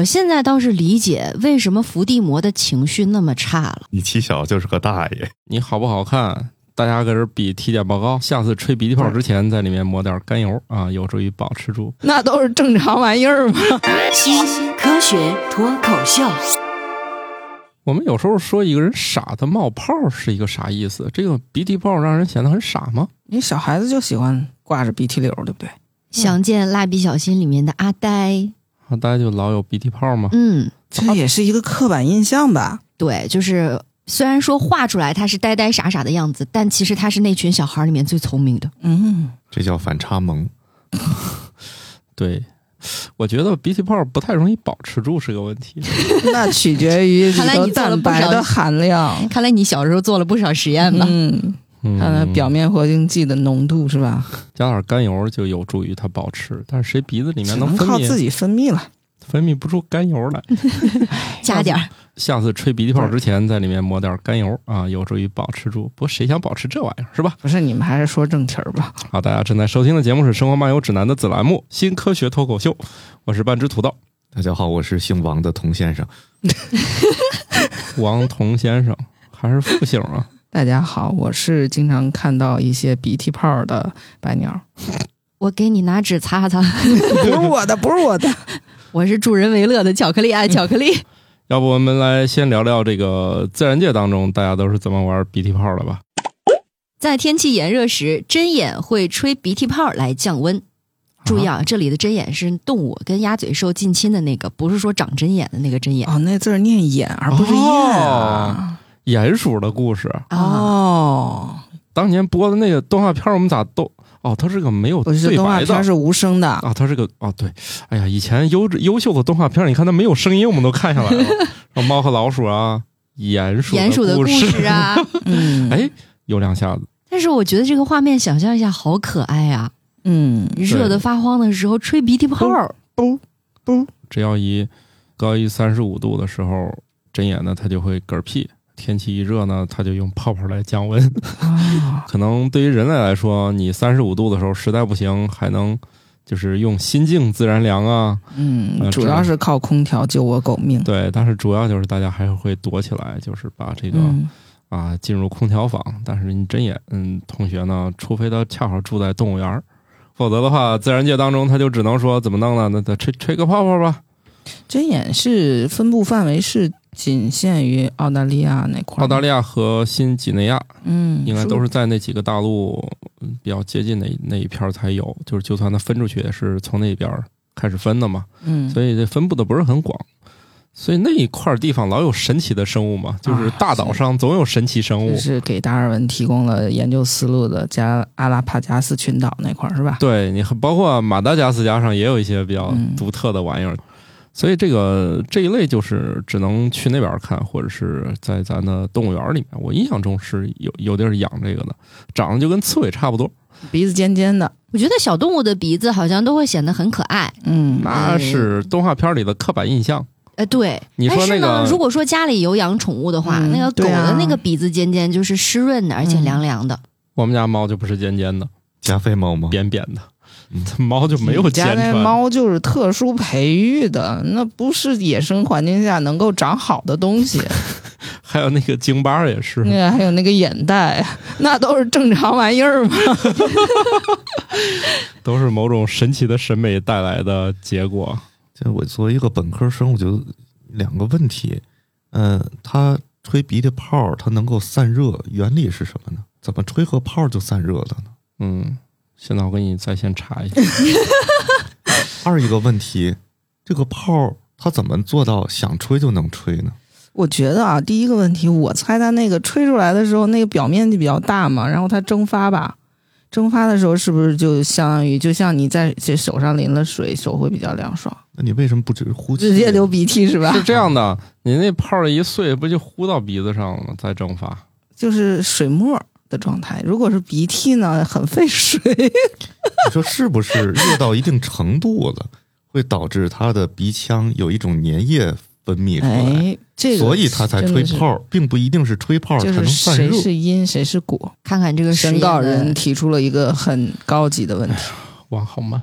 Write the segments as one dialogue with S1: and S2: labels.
S1: 我现在倒是理解为什么伏地魔的情绪那么差了。
S2: 你起小就是个大爷，
S3: 你好不好看？大家搁这比体检报告，下次吹鼻涕泡之前在里面抹点甘油啊，有助于保持住。
S1: 那都是正常玩意儿吗？
S4: 新科学脱口秀，
S3: 我们有时候说一个人傻的冒泡是一个啥意思？这个鼻涕泡让人显得很傻吗？
S5: 你小孩子就喜欢挂着鼻涕流，对不对？
S1: 想见《蜡笔小新》里面的阿呆，
S3: 啊，大家就老有鼻涕泡吗？
S1: 嗯，
S5: 这也是一个刻板印象吧？
S1: 对，就是虽然说画出来他是呆呆傻傻的样子，但其实他是那群小孩里面最聪明的。
S5: 嗯，
S2: 这叫反差萌。
S3: 对，我觉得鼻涕泡不太容易保持住是个问 题。
S5: 那取决于里
S1: 看来
S5: 头
S1: 你做了
S5: 蛋
S1: 不
S5: 白
S1: 少
S5: 的含量。
S1: 看来你小时候做了不少实验吧？
S5: 嗯，
S3: 嗯，
S5: 它的表面活性剂的浓度是吧？
S3: 加点甘油就有助于它保持，但是谁鼻子里
S5: 只
S3: 面能
S5: 能
S3: 分
S5: 靠自
S3: 泌
S5: 己嗯分泌了。
S3: 分泌不出甘油来？
S1: 加点儿，
S3: 下次吹鼻涕泡之前在里面抹点甘油啊，有助于保持住。不过谁想保持这玩意儿是吧？
S5: 不是，你们还是说正题儿吧。
S3: 好，大家正在收听的节目是《生活漫游指南》的子栏目《新科学脱口秀》，我是半只土豆
S2: 大家好，我是姓王的童先生。
S3: 王彤先生，还是复姓啊？
S5: 大家好，我是经常看到一些鼻涕泡儿的白鸟，
S1: 我给你拿纸擦擦。
S5: 不是我的，不是我的。
S1: 我是助人为乐的巧克力爱哎巧克力。
S3: 要不我们来先聊聊这个自然界当中大家都是怎么玩鼻涕泡的吧？
S1: 在天气炎热时，针眼会吹鼻涕泡来降温。注意啊，这里的针眼是动物跟鸭嘴兽近亲的那个，不是说长针眼的那个针眼
S5: 哦，那字儿念眼而
S3: 哦
S5: 不是燕啊。
S3: 鼹鼠的故事，
S1: 啊。
S5: 哦，
S3: 当年播的那个动画片儿，我们咋都哦，它是个没有
S5: 不是
S3: 对
S5: 动画
S3: 白的
S5: 片是无 声的，
S3: 啊，它是个哦，对，哎呀，以前优质优秀的动画片儿，你看它没有声音，我们都看下来了，然后猫和老鼠啊，鼹鼠
S1: 鼹鼠的
S3: 故
S1: 故事 啊，
S5: 嗯，
S3: 哎，有两下子，
S1: 但是我觉得这个画面想象一下，好可爱啊！
S5: 嗯，
S1: 热得发慌的时候吹鼻涕泡儿，
S5: 嘣嘣，
S3: 只要一高于三十五度的时候，针眼呢它就会嗝屁，天气一热呢，它就用泡泡来降 温。
S5: 啊，
S3: 可能对于人类来说，你三十五度的时候实在不行，还能就是用心静自然凉啊，啊
S5: 嗯，主
S3: 知道
S5: 要是靠空调救我狗命。
S3: 对，但是主要就是大家还是会躲起来，就是把这个、
S5: 嗯，
S3: 啊进入空调房。但是你真也嗯，同学呢，除非他恰好住在动物园儿，否则的话，自然界当中他就只能说怎么弄呢？那他吹吹个泡泡吧。
S5: 针眼是分布范围是仅限于澳大利亚那块儿，
S3: 澳大利亚和新几内亚
S5: 嗯，
S3: 应该都
S5: 是
S3: 是在那几个大陆嗯比较接近那那一片儿才有，就是就算它分出去也是从那边儿开始分的嘛，
S5: 嗯，
S3: 所以这分布的不是很广。所以那一块儿地方老有神奇的生物嘛，就是
S5: 啊
S3: 大岛上总有神奇生物。
S5: 这是给达尔文提供了研究思路的加阿拉帕加斯群岛那块儿是吧？
S3: 对你，包括马达加斯加上也有一些比较
S5: 嗯
S3: 独特的玩意儿，所以这个这一类就是只能去那边看，或者是在咱的动物园里面。我印象中是有有地儿养这个的，长得就跟刺猬差不多，
S5: 鼻子尖尖的，
S1: 我觉得小动物的鼻子好像都会显得很可爱。
S5: 嗯，
S3: 那是动画片里的刻板印象。
S1: 呃，对，
S3: 你说
S1: 但是
S3: 那
S1: 呢
S3: 个，
S1: 如果说家里有养宠物的话，
S5: 嗯
S1: 那个狗
S5: 对
S1: 的
S5: 啊
S1: 那个鼻子尖尖，就是湿润的，而且
S5: 嗯
S1: 凉凉的。
S3: 我们家猫就不是尖尖的，
S2: 加菲猫吗？
S3: 扁扁的
S2: 嗯，
S3: 它猫就没有
S5: 你家
S3: 尖
S5: 那
S3: 穿。
S5: 猫就是特殊培育的，那不是野生环境下能够长好的东西。
S3: 还有那个京巴儿也是，
S1: 嗯
S5: 那还有那个眼袋，那都是正常玩意儿吗？
S3: 都是某种神奇的审美带来的结果。
S2: 这我作为一个本科生，我就两个问题。嗯、他吹鼻涕泡，它能够散热，原理是什么呢？怎么吹和泡就散热了呢？
S3: 嗯，现在我给你在线查 一下。
S2: 二一个问题，这个泡它怎么做到想吹就能吹呢？
S5: 我觉得啊，第一个问题，我猜它那个吹出来的时候，那个表面积比较大嘛，然后它蒸发吧，蒸发的时候是不是就相当于就像你在这手上淋了水，手会比较凉爽，
S2: 那你为什么不直呼气？
S5: 直接流鼻涕是吧？
S3: 是这样的，你那泡儿一碎，不就呼到鼻子上了吗？再蒸发，
S5: 就是水沫的状态。如果是鼻涕呢，很 费水。
S2: 你说是不是热到一定程度了，会导致他的鼻腔有一种粘液分泌出来，
S5: 哎，这个
S2: 所以他才吹
S5: 真的是，
S2: 泡，并不一定是吹泡才
S5: 就
S2: 能
S5: 是
S2: 散
S5: 谁
S2: 热。
S5: 是因谁是果。
S1: 看看这个实
S5: 审
S1: 验
S5: 稿
S1: 的
S5: 人提出了一个很高级的问题。
S3: 哇，好慢！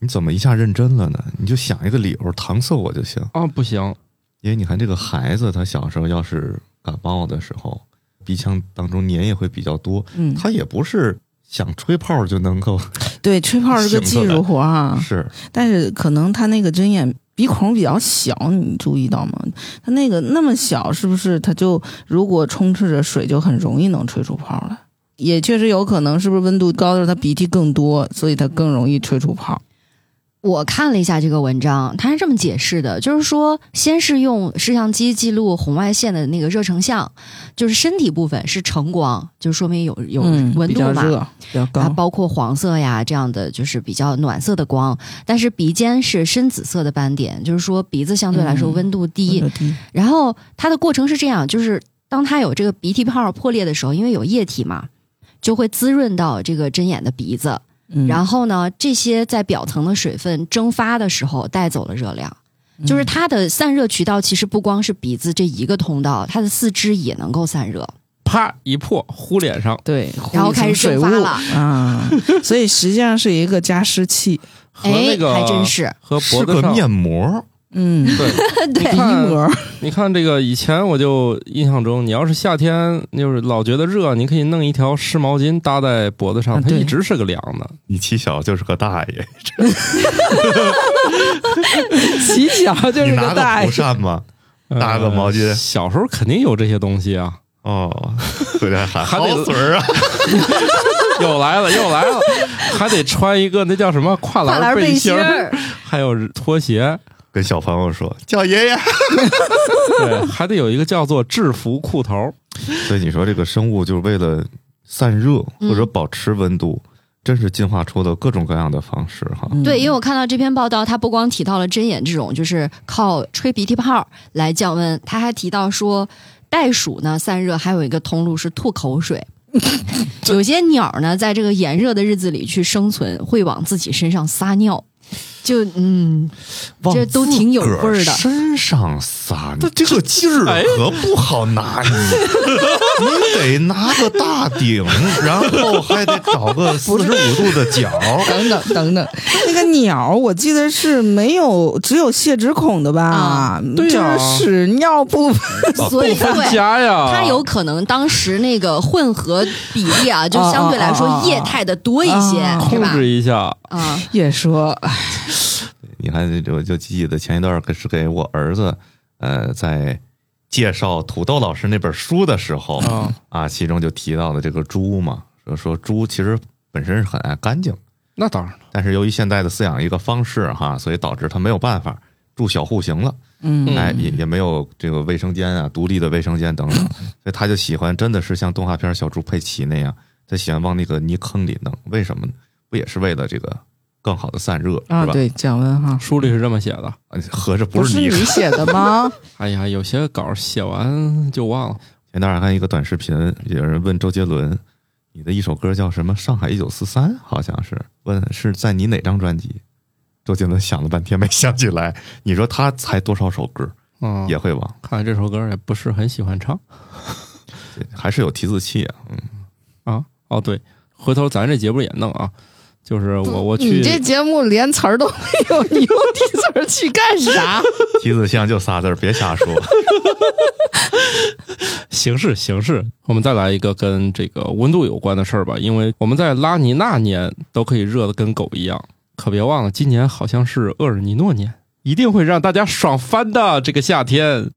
S2: 你怎么一下认真了呢？你就想一个理由搪塞我就行。
S3: 啊，不行，
S2: 因为你看这个孩子，他小时候要是感冒的时候，鼻腔当中粘液会比较多，
S5: 嗯，
S2: 他也不是想吹泡就能够、
S5: 对，吹泡是个技术活儿 啊，
S2: 是
S5: 但是可能他那个针眼鼻孔比较小，你注意到吗？他那个那么小，是不是他就如果充斥着水，就很容易能吹出泡来？也确实有可能，是不是温度高的时候他鼻涕更多，所以他更容易吹出泡？
S1: 我看了一下这个文章，它是这么解释的，就是说，先是用摄像机记录红外线的那个热成像，就是身体部分是橙光，就说明有有
S5: 嗯，
S1: 温
S5: 比
S1: 度
S5: 较
S1: 嘛。
S5: 热，比较
S1: 它
S5: 高。
S1: 啊包括黄色呀这样的，就是比较暖色的光，但是鼻尖是深紫色的斑点，就是说鼻子相对来说
S5: 嗯
S1: 温度低。
S5: 温度低
S1: 然后它的过程是这样，就是当它有这个鼻涕泡破裂的时候，因为有液体嘛，就会滋润到这个针眼的鼻子，
S5: 嗯，
S1: 然后呢，这些在表层的水分蒸发的时候带走了热量，
S5: 嗯
S1: 就是它的散热渠道其实不光是鼻子这一个通道，它的四肢也能够散热，
S3: 啪一破呼脸上，
S5: 对，
S1: 然后开始
S5: 水
S1: 蒸
S5: 雾
S1: 发了。
S5: 啊，所以实际上是一个加湿器。
S3: 和
S1: 哎
S3: 那，个
S1: 还真是，
S3: 和脖
S2: 是
S3: 子
S2: 个
S3: 上，
S2: 面膜，
S5: 嗯，
S3: 对，
S5: 鼻
S1: 对，
S5: 膜，
S3: 你看这个，以前我就印象中，你要是夏天就是老觉得热，你可以弄一条湿毛巾搭在脖子上，
S5: 啊
S3: 它
S5: 对
S3: 一直是个凉的。
S2: 你起小就是个大爷，
S5: 起脚 就是
S2: 你拿
S5: 个大
S2: 个
S5: 爷
S2: 蒲。扇吧，搭个毛巾
S3: 呃小时候肯定有这些东西啊。
S2: 哦， 回来喊
S3: 还
S2: 好
S3: 得
S2: 嘴儿啊，
S3: 又来了，又来了，还得穿一个那叫什么跨
S1: 跨
S3: 栏
S1: 栏背
S3: 心
S1: 心
S3: 儿，
S1: 儿，
S3: 还有拖鞋，
S2: 跟小朋友说叫爷爷。
S3: 对， 还得有一个叫做制服裤头。
S2: 所以你说这个生物就是为了散热
S1: 嗯
S2: 或者保持温度，真是进化出了各种各样的方式哈。
S5: 嗯
S1: 对，因为我看到这篇报道，它不光提到了针眼这种就是靠吹鼻涕泡来降温，它还提到说，袋鼠呢散热还有一个通路是吐口 水。有些鸟呢，在这个炎热的日子里去生存，会往自己身上撒尿，就嗯，
S2: 往
S1: 这都挺有味儿
S2: 自个
S1: 的
S2: 身上撒，那这个劲儿
S3: 哎
S2: 可不好 拿你，你得拿个大顶，然后还得 找个四十五度的角。
S5: 等 等等等，那个鸟，我记得是没有，只有泄殖孔的吧？
S1: 啊
S3: 对呀
S5: 就是屎尿 部分。
S3: 哦
S1: 所以
S3: 搬
S1: 对。
S3: 家呀，
S1: 它有可能当时那个混合比例啊，就相对来
S3: 哦
S1: 说液态的多一些，
S5: 啊
S1: 是
S3: 控
S1: 吧
S3: 制？一下，
S1: 啊，
S5: 也说，哎
S2: 你看，我就记得前一段是给我儿子，呃，在介绍土豆老师那本书的时候
S3: 啊
S2: 啊，其中就提到了这个猪嘛，说说猪其实本身是很爱干净。
S3: 那当然了，
S2: 但是由于现在的饲养一个方式哈，所以导致它没有办法住小户型了，
S5: 嗯
S2: 哎，也也没有这个卫生间啊，独立的卫生间等等，所以他就喜欢真的是像动画片小猪佩奇那样，他喜欢往那个泥坑里弄，为什么呢？不也是为了这个更好的散热
S5: 啊，
S2: 是吧？啊
S5: 对，降温哈，
S3: 书里是这么写的。
S2: 合着不
S5: 不
S2: 是
S5: 是
S2: 泥
S5: 你
S2: 坑。
S5: 写的 吗？
S3: 哎呀，有些稿写完就忘了，
S2: 前段儿看一个短视频，有人问周杰伦，你的一首歌叫什么？《上海一九四三》好像是，问是在你哪张专辑？周杰伦想了半天没想起来。你说他才多少首歌
S3: 嗯，
S2: 也会忘？
S3: 看来这首歌也不是很喜欢唱。
S2: 还是有提字器啊。
S3: 啊，哦对，回头咱这节目也弄啊，就是我我去
S5: 嗯你这节目连词儿都没有，你用提词儿去干啥？
S2: 提字箱就仨字儿，别瞎说。
S3: 形式形式，我们再来一个跟这个温度有关的事儿吧，因为我们在拉尼那年都可以热得跟狗一样，可别忘了今年好像是厄尔尼诺年，一定会让大家爽翻的这个夏天。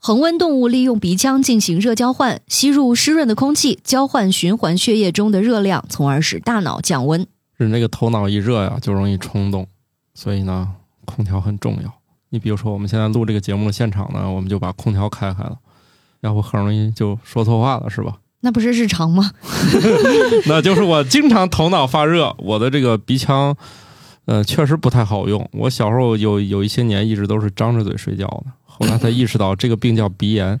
S1: 恒温动物利用鼻腔进行热交换，吸入湿润的空气，交换循环血液中的热量，从而使大脑降温。
S3: 人这个头脑一热呀，就容易冲动，所以呢，空调很重要。你比如说，我们现在录这个节目的现场呢，我们就把空调开开了，要不很容易就说错话了，是吧？
S1: 那不是日常吗？
S3: 那就是我经常头脑发热，我的这个鼻腔，呃，确实不太好用。我小时候有有一些年一直都是张着嘴睡觉的，后来才意识到这个病叫鼻炎。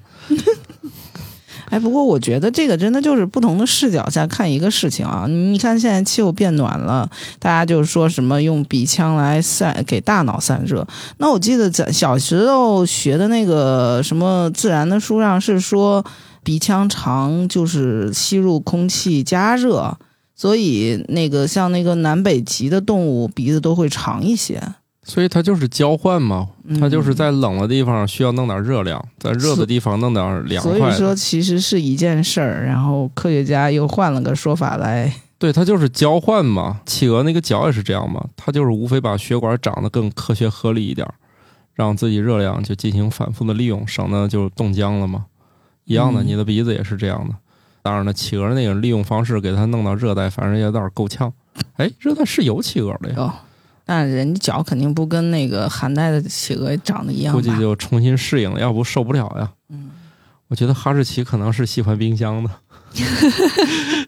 S5: 哎，不过我觉得这个真的就是不同的视角下看一个事情啊。你看现在气候变暖了，大家就说什么用鼻腔来散给大脑散热。那我记得在小时候学的那个什么自然的书上是说，鼻腔常就是吸入空气加热。所以那个像那个南北极的动物鼻子都会长一些。
S3: 所以它就是交换嘛，
S5: 嗯
S3: 它就是在冷的地方需要弄点热量，在热的地方弄点凉
S5: 所
S3: 快
S5: 以
S3: 的。
S5: 说其实是一件事儿，然后科学家又换了个说法来，
S3: 对，它就是交换嘛。企鹅那个脚也是这样嘛，它就是无非把血管长得更科学合理一点儿，让自己热量就进行反复的利用，省得就冻僵了嘛。一样的，
S5: 嗯
S3: 你的鼻子也是这样的。当然了，企鹅那个利用方式给它弄到热带，反正有点够呛。
S5: 嗯
S3: 哎，热带是有企鹅的呀，
S5: 哦，那人脚肯定不跟那个寒带的企鹅长得一样
S3: 估计
S5: 吧？
S3: 就重新适应了，要不受不了呀。
S5: 嗯，
S3: 我觉得哈士奇可能是喜欢冰箱的。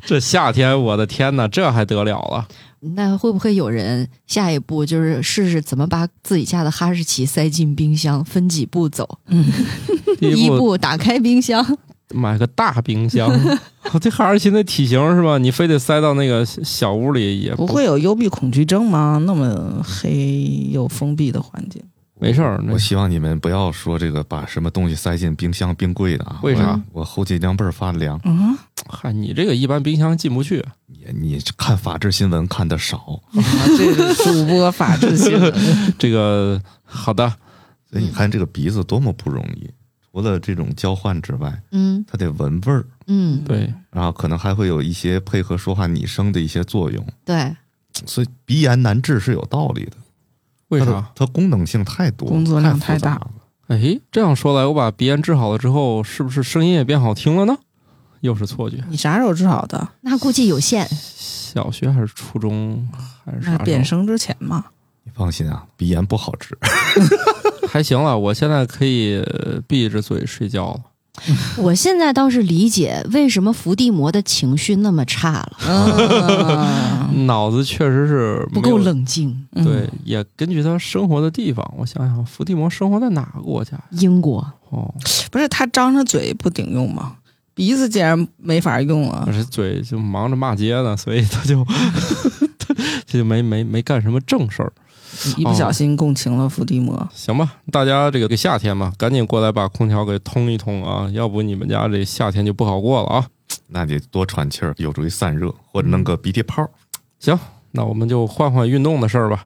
S3: 这夏天，我的天哪，这还得了啊了？
S1: 那会不会有人下一步就是试试怎么把自己家的哈士奇塞进冰箱，分几步走？
S3: 第
S1: 第
S3: 一
S1: 一
S3: 步
S1: 步打开冰箱，
S3: 买个大冰 箱，这哈士奇那体型是吧？你非得塞到那个小屋里也
S5: 不会有幽闭恐惧症吗？那么黑又封闭的环境，
S3: 没事儿。那
S2: 我希望你们不要说这个把什么东西塞进冰箱、冰柜的啊！
S3: 为啥？
S2: 我后脊梁背儿发凉。
S5: 嗯，
S3: 嗨，你这个一般冰箱进不去。
S2: 你你看法制新闻看的少，
S5: 啊这个主播法制新闻，
S3: 这个好的，
S2: 所以你看这个鼻子多么不容易。除了这种交换之外，
S1: 嗯
S2: 它得闻味儿，
S1: 嗯，
S3: 对，
S2: 然后可能还会有一些配合说话拟声的一些作用。
S1: 对，
S2: 所以鼻炎难治是有道理的。
S3: 为
S2: 它的
S3: 啥？
S2: 它功能性太多，
S5: 工作量
S2: 太复杂
S5: 太大
S2: 了。
S3: 哎，这样说来，我把鼻炎治好了之后，是不是声音也变好听了呢？又是错觉。
S5: 你啥时候治好的？
S1: 那估计有限。
S3: 小学还是初中还是啥
S5: 那
S3: 时候？
S5: 变声之前嘛，
S2: 你放心啊，鼻炎不好治。
S3: 还行了，我现在可以呃闭着嘴睡觉了。
S1: 我现在倒是理解为什么伏地魔的情绪那么差了，
S5: 嗯，
S3: 脑子确实是
S1: 不
S3: 没有
S1: 够。冷静。
S3: 啊对，也根据他生活的地方，我想想，伏地魔生活在哪个国家呀？
S1: 英国，
S3: 哦，
S5: 不是他张着嘴不顶用吗？鼻子竟然没法用啊
S3: 但！是嘴就忙着骂街呢，所以他就 他他就没没没干什么正事儿。
S5: 一不小心共情了伏地魔。
S3: 行吧，大家这个夏天嘛，赶紧过来把空调给通一通啊，要不你们家这夏天就不好过了啊。
S2: 那你多喘气儿，有助于散热，或者弄个鼻涕泡儿。
S3: 那我们就换换运动的事儿吧。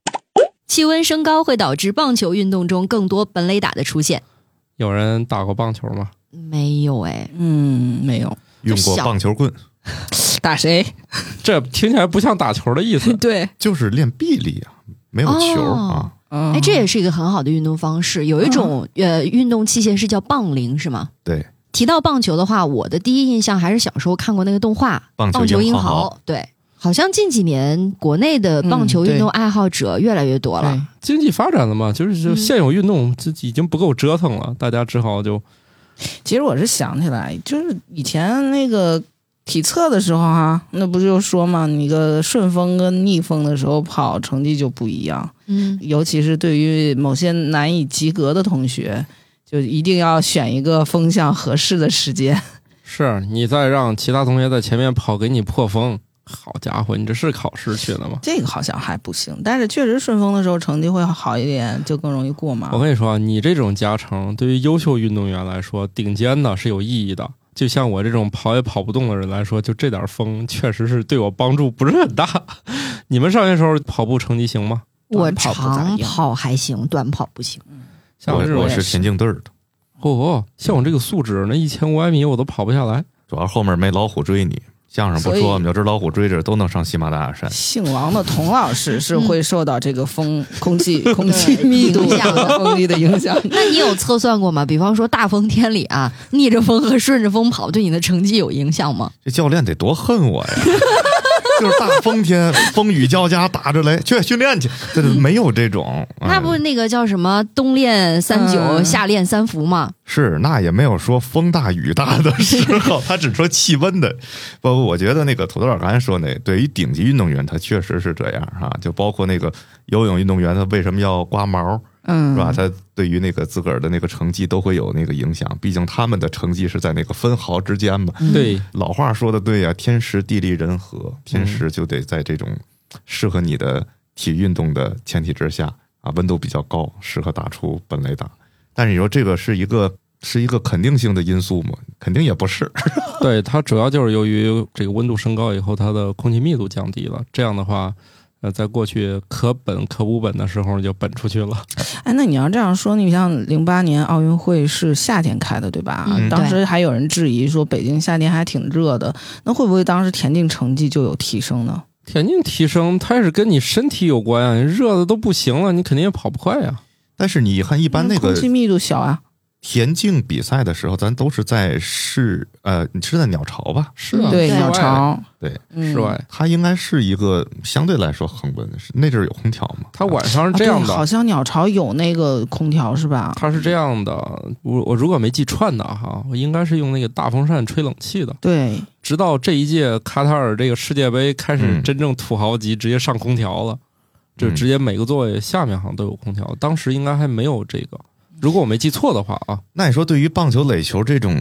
S1: 气温升高会导致棒球运动中更多本垒打的出现。
S3: 有人打过棒球吗？
S1: 没有哎，
S5: 嗯，没有
S2: 用过
S1: 小
S2: 棒球棍，
S5: 打谁？。
S3: 这听起来不像打球的意思
S5: 对，
S2: 就是练臂力啊，没有球儿啊。
S5: 哎
S1: 哎，这也是一个很好的运动方式。有一种、呃运动器械是叫棒铃，是吗？
S2: 对，
S1: 提到棒球的话，我的第一印象还是小时候看过那个动画
S2: 棒
S5: 嗯
S1: 《
S2: 球
S1: 棒球
S2: 英
S1: 英
S2: 豪
S1: 豪》。对，好像近几年国内的棒球
S5: 嗯对
S1: 运动爱好者越来越多了。
S3: 经济发展了嘛，就是就
S1: 嗯
S3: 现有运动这已经不够折腾了，大家只好就
S5: 其实我是想起来，就是以前那个体测的时候哈、那不就说嘛，你个顺风跟逆风的时候跑成绩就不一样，
S1: 嗯，
S5: 尤其是对于某些难以及格的同学，就一定要选一个风向合适的时间。
S3: 是你再让其他同学在前面跑，给你破风。好家伙，你这是考试去了吗？
S5: 这个好像还不行，但是确实顺风的时候成绩会好一点，就更容易过嘛
S3: 我。跟你说啊，你这种加成对于优秀运动员来说，顶尖的是有意义的。就像我这种跑也跑不动的人来说，就这点风确实是对我帮助不是很大。 你们上学时候跑步成绩行吗？
S1: 我
S5: 短跑不咋
S1: 长
S5: 样
S1: 跑还行，短跑不行。
S3: 像这
S2: 我
S3: 种
S2: 我是田径队儿的，
S3: 哦哦，像我这个素质，那一千五百米我都跑不下来。
S2: 主要后面没老虎追你。相声不
S5: 所以
S2: 说，我们有只老虎追着，都能上喜马拉雅山。
S5: 姓王的童老师是会受到这个风、空气、空气
S1: 对
S5: 密度
S1: 影响
S5: 和风力的影响。
S1: 那你有测算过吗？比方说大风天里啊，逆着风和顺着风跑，对你的成绩有影响吗？
S2: 这教练得多恨我呀！ 就是大风天，风雨交加，打着雷去训练去，这没有这种。
S1: 那
S2: 哎
S1: 不那个叫什么冬练三九，
S5: 嗯
S1: 夏练三伏吗？
S2: 是，那也没有说风大雨大的 时候，他只说气温的。包括我觉得那个土豆老师刚才说那，对于顶级运动员，他确实是这样哈、就包括那个游泳运动员，他为什么要刮毛，
S5: 嗯
S2: 是吧？他对于那个自个儿的那个成绩都会有那个影响，毕竟他们的成绩是在那个分毫之间嘛。
S3: 对，
S2: 老话说的对呀、天时地利人和，天时就得在这种适合你的体育运动的前提之下啊，温度比较高，适合打出本垒打。但是你说这个是一个是一个肯定性的因素吗？肯定也不是。
S3: 对，它主要就是由于这个温度升高以后，它的空气密度降低了。这样的话，呃，在过去可本可无本的时候就本出去了。
S5: 哎，那你要这样说，你像零八年奥运会是夏天开的，对吧？
S1: 嗯
S5: 当时
S1: 对
S5: 还有人质疑说北京夏天还挺热的，那会不会当时田径成绩就有提升呢？
S3: 田径提升，它也是跟你身体有关啊，你热的都不行了，你肯定也跑不快啊呀、
S2: 但是你看，一般那
S5: 因为
S2: 个
S5: 空气密度小啊，
S2: 田径比赛的时候，咱都是在室呃，你是在鸟巢吧？
S3: 是啊，
S5: 对
S3: 室
S5: 鸟
S3: 外的，
S5: 巢，
S2: 对，
S5: 嗯
S3: 室外，
S2: 它应该是一个相对来说恒温的，是那阵儿有空调嘛？
S3: 它晚上是
S5: 啊
S3: 这样
S5: 对
S3: 的，
S5: 好像鸟巢有那个空调是吧？
S3: 它是这样的，我我如果没记串的哈，我应该是用那个大风扇吹冷气的。
S5: 对，
S3: 直到这一届卡塔尔这个世界杯开始
S2: 嗯
S3: 真正土豪级直接上空调了，就
S2: 嗯
S3: 直接每个座位下面好像都有空调，当时应该还没有这个，如果我没记错的话啊，
S2: 那你说，对于棒球、垒球这种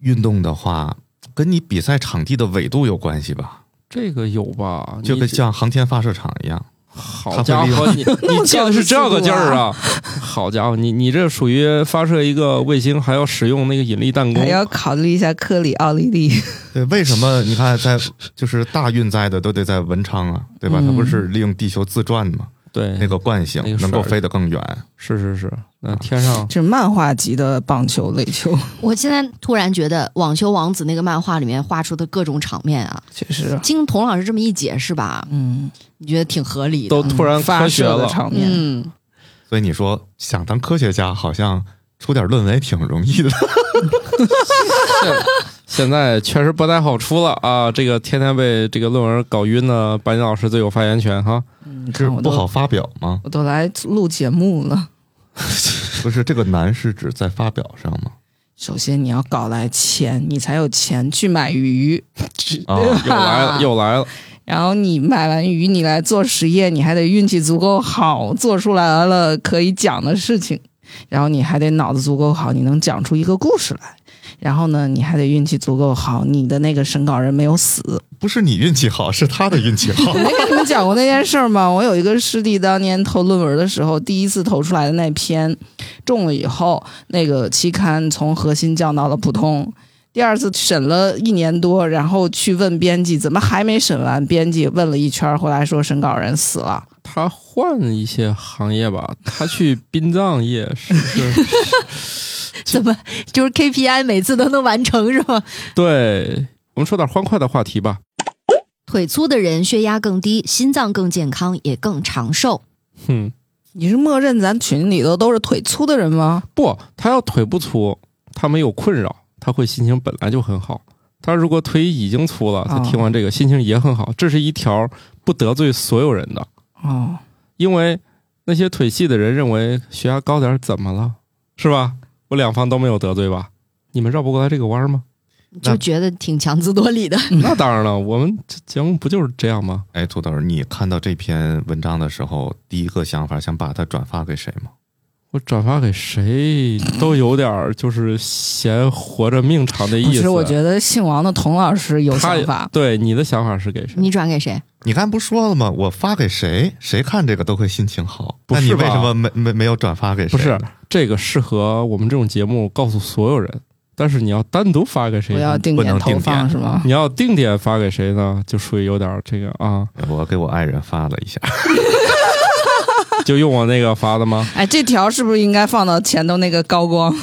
S2: 运动的话，跟你比赛场地的纬度有关系吧？
S3: 这个有吧？
S2: 就
S3: 你
S2: 跟像航天发射场一样，
S3: 好家伙，你你
S5: 么
S3: 叫的是这个劲儿
S5: 讲究
S3: 啊！好家伙，你你这属于发射一个卫星还要使用那个引力弹
S5: 还要
S3: 弓，
S5: 考虑一下克里奥利利。
S2: 对，为什么你看在就是大运载的都得在文昌啊，对吧？
S5: 嗯
S2: 它不是利用地球自转嘛，
S3: 对，
S2: 那个惯性
S3: 哎那个
S2: 能够
S3: 事儿
S2: 飞得更远。
S3: 是是是，那天上
S5: 啊这是漫画级的棒球、垒球，
S1: 我现在突然觉得《网球王子》那个漫画里面画出的各种场面啊，
S5: 确实，
S1: 经童老师这么一解释吧，
S5: 嗯，
S1: 你觉得挺合理
S3: 都
S1: 的。
S3: 突然
S5: 发
S3: 科学
S5: 射的
S3: 了，
S5: 场面，
S1: 嗯，
S2: 所以你说想当科学家，好像出点论文也挺容 易的。
S3: 现在确实不太好出了啊！这个天天被这个论文搞晕的白岩老师最有发言权哈。
S5: 嗯，
S2: 是
S5: 看我
S2: 不
S5: 都
S2: 好，发表吗？
S5: 我都来录节目了。
S2: 不是这个难是指在发表上吗？
S5: 首先你要搞来钱，你才有钱去买鱼，
S2: 啊
S5: 对吧
S3: 又来 了，又来了，
S5: 然后你买完鱼，你来做实验，你还得运气足够好，做出来了可以讲的事情，然后你还得脑子足够好，你能讲出一个故事来。然后呢，你还得运气足够好，你的那个审稿人没有死。
S2: 不是你运气好，是他的运气好
S5: 我。没跟你们讲过那件事儿吗？我有一个师弟，当年投论文的时候，第一次投出来的那篇中了以后，那个期刊从核心降到了普通。第二次审了一年多，然后去问编辑怎么还没审完，编辑问了一圈儿，回来说审稿人死了。
S3: 他换一些行业吧，他去殡葬业是不 是？
S1: 怎么就是 KPI 每次都能完成是吗？
S3: 对我们说点欢快的话题吧。
S1: 腿粗的人血压更低，心脏更健康，也更长寿。
S3: 哼，
S5: 你是默认咱群里头都是腿粗的人吗？
S3: 不，他要腿不粗，他没有困扰，他会心情本来就很好。他如果腿已经粗了，他
S5: 哦
S3: 听完这个心情也很好。这是一条不得罪所有人的，
S5: 哦，
S3: 因为那些腿细的人认为血压高点儿怎么了，是吧？我两方都没有得罪吧？你们绕不过来这个弯儿吗？
S1: 就觉得挺强词夺理的。
S3: 那当然了，我们这节目不就是这样吗？
S2: 哎，土豆，你看到这篇文章的时候，第一个想法想把它转发给谁吗？
S3: 我转发给谁都有点儿就是嫌活着命长的
S5: 不
S3: 意
S5: 是，
S3: 思。
S2: 啊
S5: 我觉得姓王的童老师有
S3: 他
S5: 想法。
S3: 对你的想法是给谁？
S1: 你转给谁？
S2: 你刚才不说了吗？我发给谁，谁看这个都会心情好。
S3: 不
S2: 那
S3: 是
S2: 你
S3: 吧
S2: 为什么没没没有转发给谁？
S3: 不是这个适合我们这种节目告诉所有人，但是你要单独发给谁
S5: 不
S3: 呢？
S5: 要定
S2: 不
S5: 点
S2: 能
S5: 投
S2: 定
S5: 放
S2: 点
S5: 是吗？
S3: 你要定点发给谁呢？就属于有点儿这个啊，
S2: 我给我爱人发了一下，
S3: 就用我那个发的吗？
S5: 哎，这条是不是应该放到前头那个高光？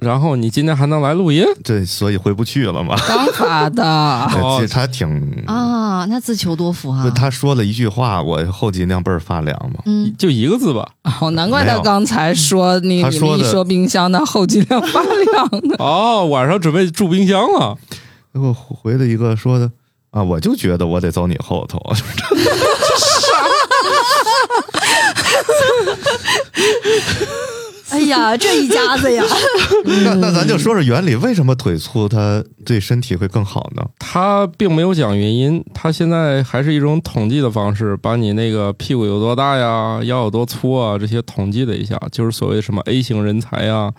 S3: 然后你今天还能来录音，
S2: 这所以回不去了嘛。
S5: 刚发的，
S3: 哦
S2: 其实他挺，
S1: 啊，那自求多福哈、
S2: 嗯他说了一句话，我后脊梁倍儿发凉嘛。
S1: 嗯，
S3: 就一个字吧。
S5: 哦，难怪他刚才说你
S2: 他
S5: 你们
S2: 说
S5: 一
S2: 的
S5: 说冰箱，他后脊梁 发凉
S3: 哦，晚上准备住冰箱了。
S2: 给我回了一个说的啊，我就觉得我得走你后头，
S1: 哎呀，这一家 子呀，
S2: 那 那咱就说说原理，为什么腿粗它对身体会更好呢？
S3: 他并没有讲原因，他现在还是一种统计的方式，把你那个屁股有多大呀、腰有多粗啊这些统计了一下，就是所谓的什么 A 型人才呀、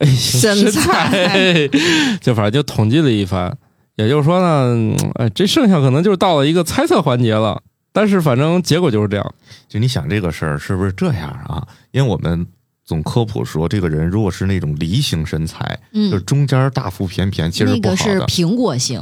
S3: A 型身材， 就反正就统计了一番。也就是说呢，嗯哎，这剩下可能就是到了一个猜测环节了，但是反正结果就是这样。
S2: 就你想这个事儿是不是这样啊？因为我们总科普说，这个人如果是那种梨形身材，就是
S1: 嗯，
S2: 中间大腹便便，其实
S1: 那
S2: 不
S1: 个
S2: 好
S1: 是
S2: 的。
S1: 苹果型，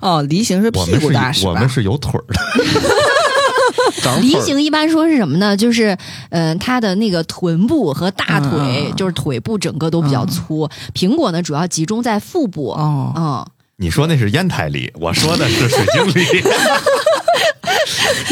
S5: 哦，梨形是屁
S2: 我们
S5: 股大
S2: 是有我
S5: 吧？
S2: 们是有腿儿的，
S3: 长
S1: 梨
S3: 腿儿
S1: 形一般说是什么呢？就是，嗯、他的那个臀部和大腿，
S5: 嗯
S1: 就是腿部整个都比较粗。苹果呢，主要集中在腹部。
S5: 哦，
S1: 嗯，
S2: 你说那是烟台梨，我说的是水晶 梨，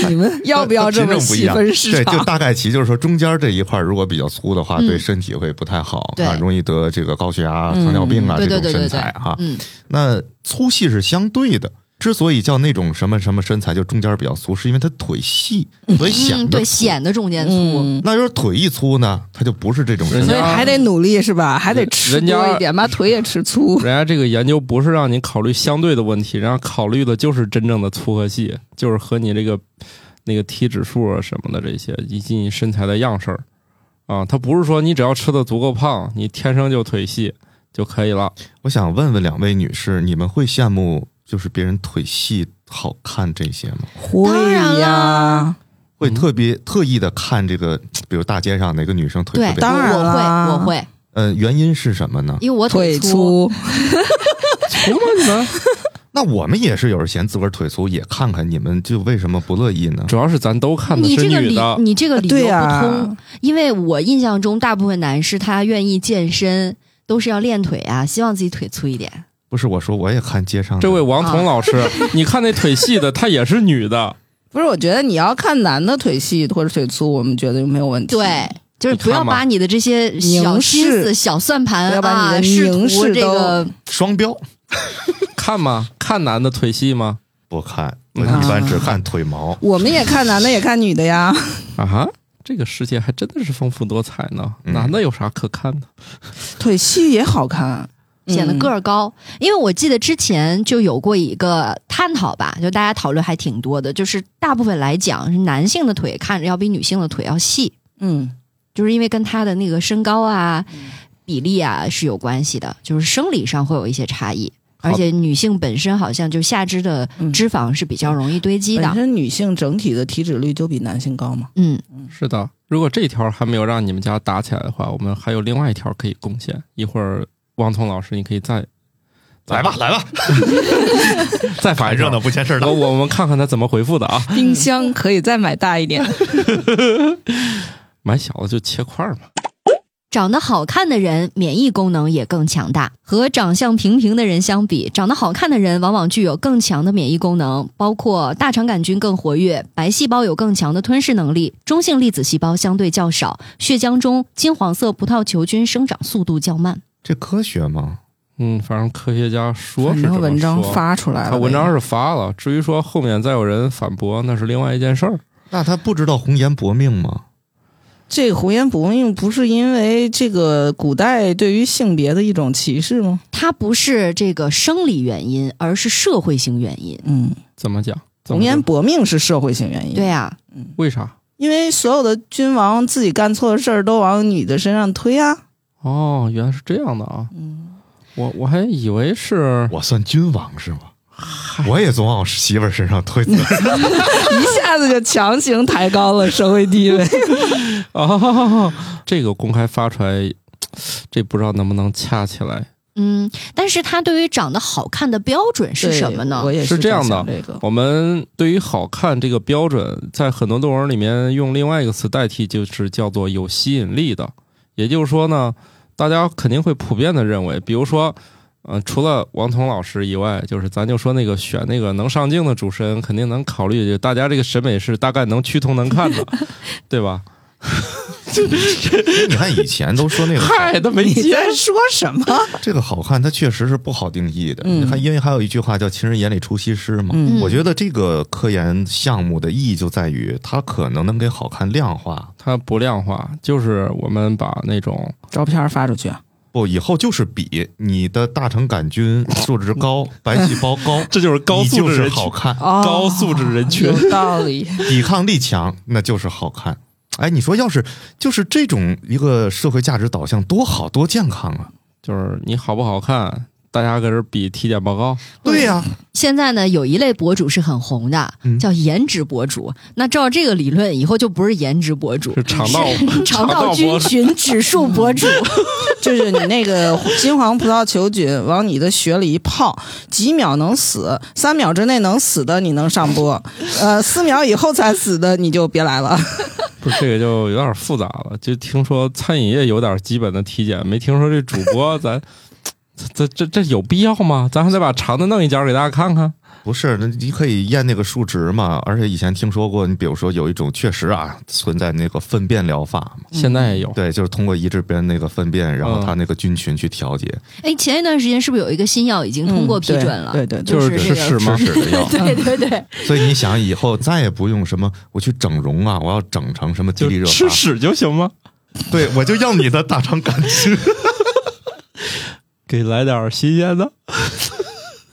S5: 你们要 不要这么
S2: 品种不一
S5: 细
S2: 样
S5: 分市
S2: 对，就
S5: 场？
S2: 大概其就是说中间这一块如果比较粗的话，
S1: 嗯
S2: 对身体会不太好，
S1: 对嗯
S2: 啊，容易得这个高血压、糖尿病啊
S1: 对
S2: 这
S1: 对对
S2: 种身
S1: 对对
S2: 材，哈。
S1: 嗯，
S2: 那粗细是相对的。之所以叫那种什么什么身材，就中间比较粗，是因为它腿细，所以显得
S1: 嗯，
S2: 粗
S1: 对，。显得中间粗。
S5: 嗯，
S2: 那就是腿一粗呢，它就不是这种身
S3: 人
S5: 所
S2: 材
S5: 以。还得努力是吧？还得吃
S3: 人家
S5: 多一点，把腿也吃粗。
S3: 人家这个研究不是让你考虑相对的问题，人家考虑的就是真正的粗和细，就是和你这个那个体指数啊什么的这些，以及你身材的样式儿啊。它不是说你只要吃的足够胖，你天生就腿细就可以了。
S2: 我想问问两位女士，你们会羡慕就是别人腿细好看这些吗？
S1: 当
S5: 会
S1: 然啦
S5: 呀，
S2: 会特别特意的看这个，比如大街上哪个女生腿
S1: 对
S2: 特，别
S5: 当然
S1: 我我
S5: 啦
S1: 会，我会，
S2: 嗯、原因是什么呢？
S1: 因为我
S5: 腿
S1: 粗。
S5: 粗，
S3: 除了你们，
S2: 那我们也是有人嫌自个儿腿粗，也看看你们就为什么不乐意呢？
S3: 主要是咱都看的
S1: 你
S3: 是
S1: 这个
S3: 女
S1: 理
S3: 的，，
S1: 你这个理由
S5: 啊
S1: 不
S5: 对呀、
S1: 通，因为我印象中大部分男士他愿意健身都是要练腿啊，希望自己腿粗一点。
S2: 不是我说，我也看街上的
S3: 这位王彤老师，你看那腿细的，她也是女的，
S5: 不是，我觉得你要看男的腿细或者腿粗，我们觉得就没有问题。
S1: 对，就是
S3: 你
S1: 不要
S3: 看嘛
S1: 把你的这些小
S5: 凝
S1: 心
S5: 视
S1: 思、小算盘
S5: 不要把你
S1: 啊，
S5: 的
S1: 试
S5: 凝
S1: 图
S5: 视
S1: 这
S5: 都
S1: 个
S2: 双标，
S3: 看吗？看男的腿细吗？
S2: 不看，我一般只看腿毛。
S5: 嗯我们也看男的，也看女的呀。
S3: 啊哈，这个世界还真的是丰富多彩呢。
S2: 嗯
S3: 男的有啥可看的？
S5: 腿细也好看，
S1: 显得
S5: 嗯
S1: 个儿高。因为我记得之前就有过一个探讨吧，就大家讨论还挺多的，就是大部分来讲，是男性的腿看着要比女性的腿要细，
S5: 嗯，
S1: 就是因为跟他的那个身高啊、比例啊是有关系的，就是生理上会有一些差异。
S3: 好
S1: 而且女性本身好像就下肢的
S5: 嗯
S1: 脂肪是比较容易堆积
S5: 本
S1: 的，
S5: 身女性整体的体脂率就比男性高 嘛。
S1: 嗯，
S3: 是的，如果这条还没有让你们家打起来的话，我们还有另外一条可以贡献。一会儿汪彤老师，你可以再
S2: 来吧，，来吧，
S3: 再发
S2: 反
S3: 一条
S2: 热闹。不嫌事儿大
S3: 我。我们看看他怎么回复的啊！
S5: 冰箱可以再买大一 点，
S3: 买小的就切块儿嘛。
S1: 长得好看的人免疫功能也更强大。和长相平平的人相比，长得好看的人往往具有更强的免疫功能，包括大肠杆菌更活跃，白细胞有更强的吞噬能力，中性粒子细胞相对较少，血浆中金黄色葡萄球菌生长速度较慢。
S2: 这科学吗？
S3: 嗯，反正科学家说
S5: 反
S3: 是这么说，
S5: 正文章发出来
S3: 他
S5: 了。
S3: 文章是发了，至于说后面再有人反驳，那是另外一件事儿。
S2: 那他不知道红颜薄命吗？
S5: 这个“胡言不应”不是因为这个古代对于性别的一种歧视吗？
S1: 它不是这个生理原因，而是社会性原因。
S5: 嗯，
S3: 怎么讲？怎
S5: 红
S3: 么
S5: 颜
S3: 讲
S5: 薄命是社会性原因。
S1: 对啊，
S3: 为啥？
S5: 因为所有的君王自己干错的事儿都往女的身上推啊。
S3: 哦，原来是这样的啊！
S5: 嗯，
S3: 我我还以为 是
S2: 我算君王是吗？我也总往我媳妇儿身上推 责任。
S5: 一下子就强行抬高了社会地 位。
S3: 哦，这个公开发出来，这不知道能不能掐起来。
S1: 嗯，但是它对于长得好看的标准是
S5: 对
S1: 什么呢？
S5: 我也
S3: 是这
S5: 这
S3: 样的
S5: 这 个
S3: 我们对于好看这个标准，在很多论文里面用另外一个词代替，就是叫做有吸引力的。也就是说呢，大家肯定会普遍的认为，比如说，嗯、除了王彤老师以外，就是咱就说那个选那个能上镜的主持人，肯定能考虑就大家这个审美是大概能趋同能看的，对吧？
S2: 你看以前都说那个好
S3: 嗨，都没
S5: 你
S3: 接
S5: 在说什么？
S2: 这个好看，它确实是不好定义的。
S5: 嗯
S2: 你看，因为还有一句话叫“情人眼里出西施”嘛。
S5: 嗯
S2: 我觉得这个科研项目的意义就在于，它可能能给好看量化。
S3: 它不量化，就是我们把那种
S5: 照片发出去啊，
S2: 不，以后就是比你的大肠杆菌数值 高，白细胞高，
S3: 这就是高
S2: 你
S3: 素
S2: 就
S3: 质
S2: 是
S3: 人群
S2: 好，看，
S5: 哦
S3: 高素质人群。
S5: 有道理。
S2: 抵抗力强，那就是好看。哎，你说要是就是这种一个社会价值导向，多好多健康啊！
S3: 就是你好不好看，大家搁这儿比体检报告，
S2: 对啊呀、
S1: 现在呢，有一类博主是很红的
S2: 嗯，
S1: 叫颜值博主。那照这个理论，以后就不是颜值博主
S3: 是，肠道
S1: 是肠
S3: 道
S1: 道
S3: 博
S1: 菌群指数博主。
S5: 就是你那个金黄葡萄球菌往你的血里一泡，几秒能死，三秒之内能死的你能上播，呃，四秒以后才死的你就别来了。
S3: 不是这个就有点复杂了。就听说餐饮业有点基本的体检，没听说这主播咱。这这这有必要吗？咱还得把肠子弄一家给大家看看。
S2: 不是，那你可以验那个数值嘛。而且以前听说过，你比如说有一种确实啊存在那个粪便疗法嘛，
S3: 现在也有，
S2: 对，就是通过移植别人那个粪便，然后
S3: 嗯
S2: 他那个菌群去调节，
S1: 哎，前一段时间是不是有一个新药已经通过批准了？
S5: 对对对，
S3: 就是
S1: 这
S3: 吃
S1: 个
S3: 屎吗？
S2: 吃屎的药。
S1: 对 对对，
S2: 所以你想以后再也不用什么我去整容啊，我要整成什么低
S3: 就
S2: 丽热
S3: 吃
S2: 巴，
S3: 屎就行吗？
S2: 对我就要你的大肠杆菌，
S3: 给来点儿新鲜的。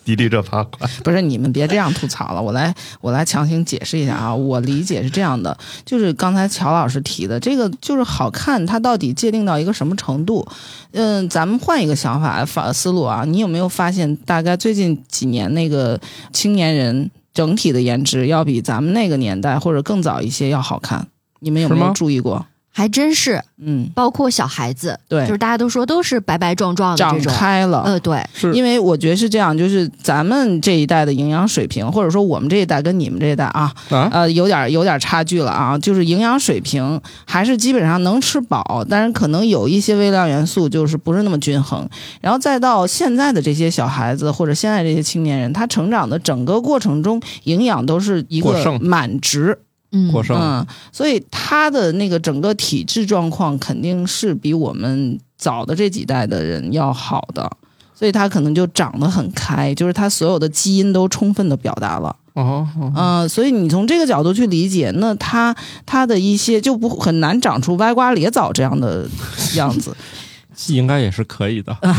S2: 低丽热巴快。
S5: 不是你们别这样吐槽了，我来我来强行解释一下啊，我理解是这样的，就是刚才乔老师提的这个，就是好看它到底界定到一个什么程度？嗯，咱们换一个想法法思路啊，你有没有发现，大概最近几年那个青年人整体的颜值要比咱们那个年代或者更早一些要好看？你们有没
S3: 是
S5: 有
S3: 吗
S5: 注意过？
S1: 还真是，
S5: 嗯，
S1: 包括小孩子，
S5: 对
S1: 就是大家都说都是白白壮壮的
S5: 长
S1: 这种。
S5: 开了，
S1: 呃，对，
S3: 是
S5: 因为我觉得是这样，就是咱们这一代的营养水平，或者说我们这一代跟你们这一代啊，
S3: 啊，
S5: 呃，有点有点差距了啊，就是营养水平还是基本上能吃饱，但是可能有一些微量元素就是不是那么均衡。然后再到现在的这些小孩子或者现在这些青年人，他成长的整个过程中，营养都是一
S3: 过
S5: 个
S3: 剩
S5: 满值，
S1: 嗯，
S3: 过剩
S5: 嗯，所以他的那个整个体质状况肯定是比我们早的这几代的人要好的。所以他可能就长得很开，就是他所有的基因都充分的表达了。
S3: 哦，哦
S5: 嗯，所以你从这个角度去理解，那他他的一些就不很难长出歪瓜裂枣这样的样子。
S3: 应该也是可以的。
S5: 嗯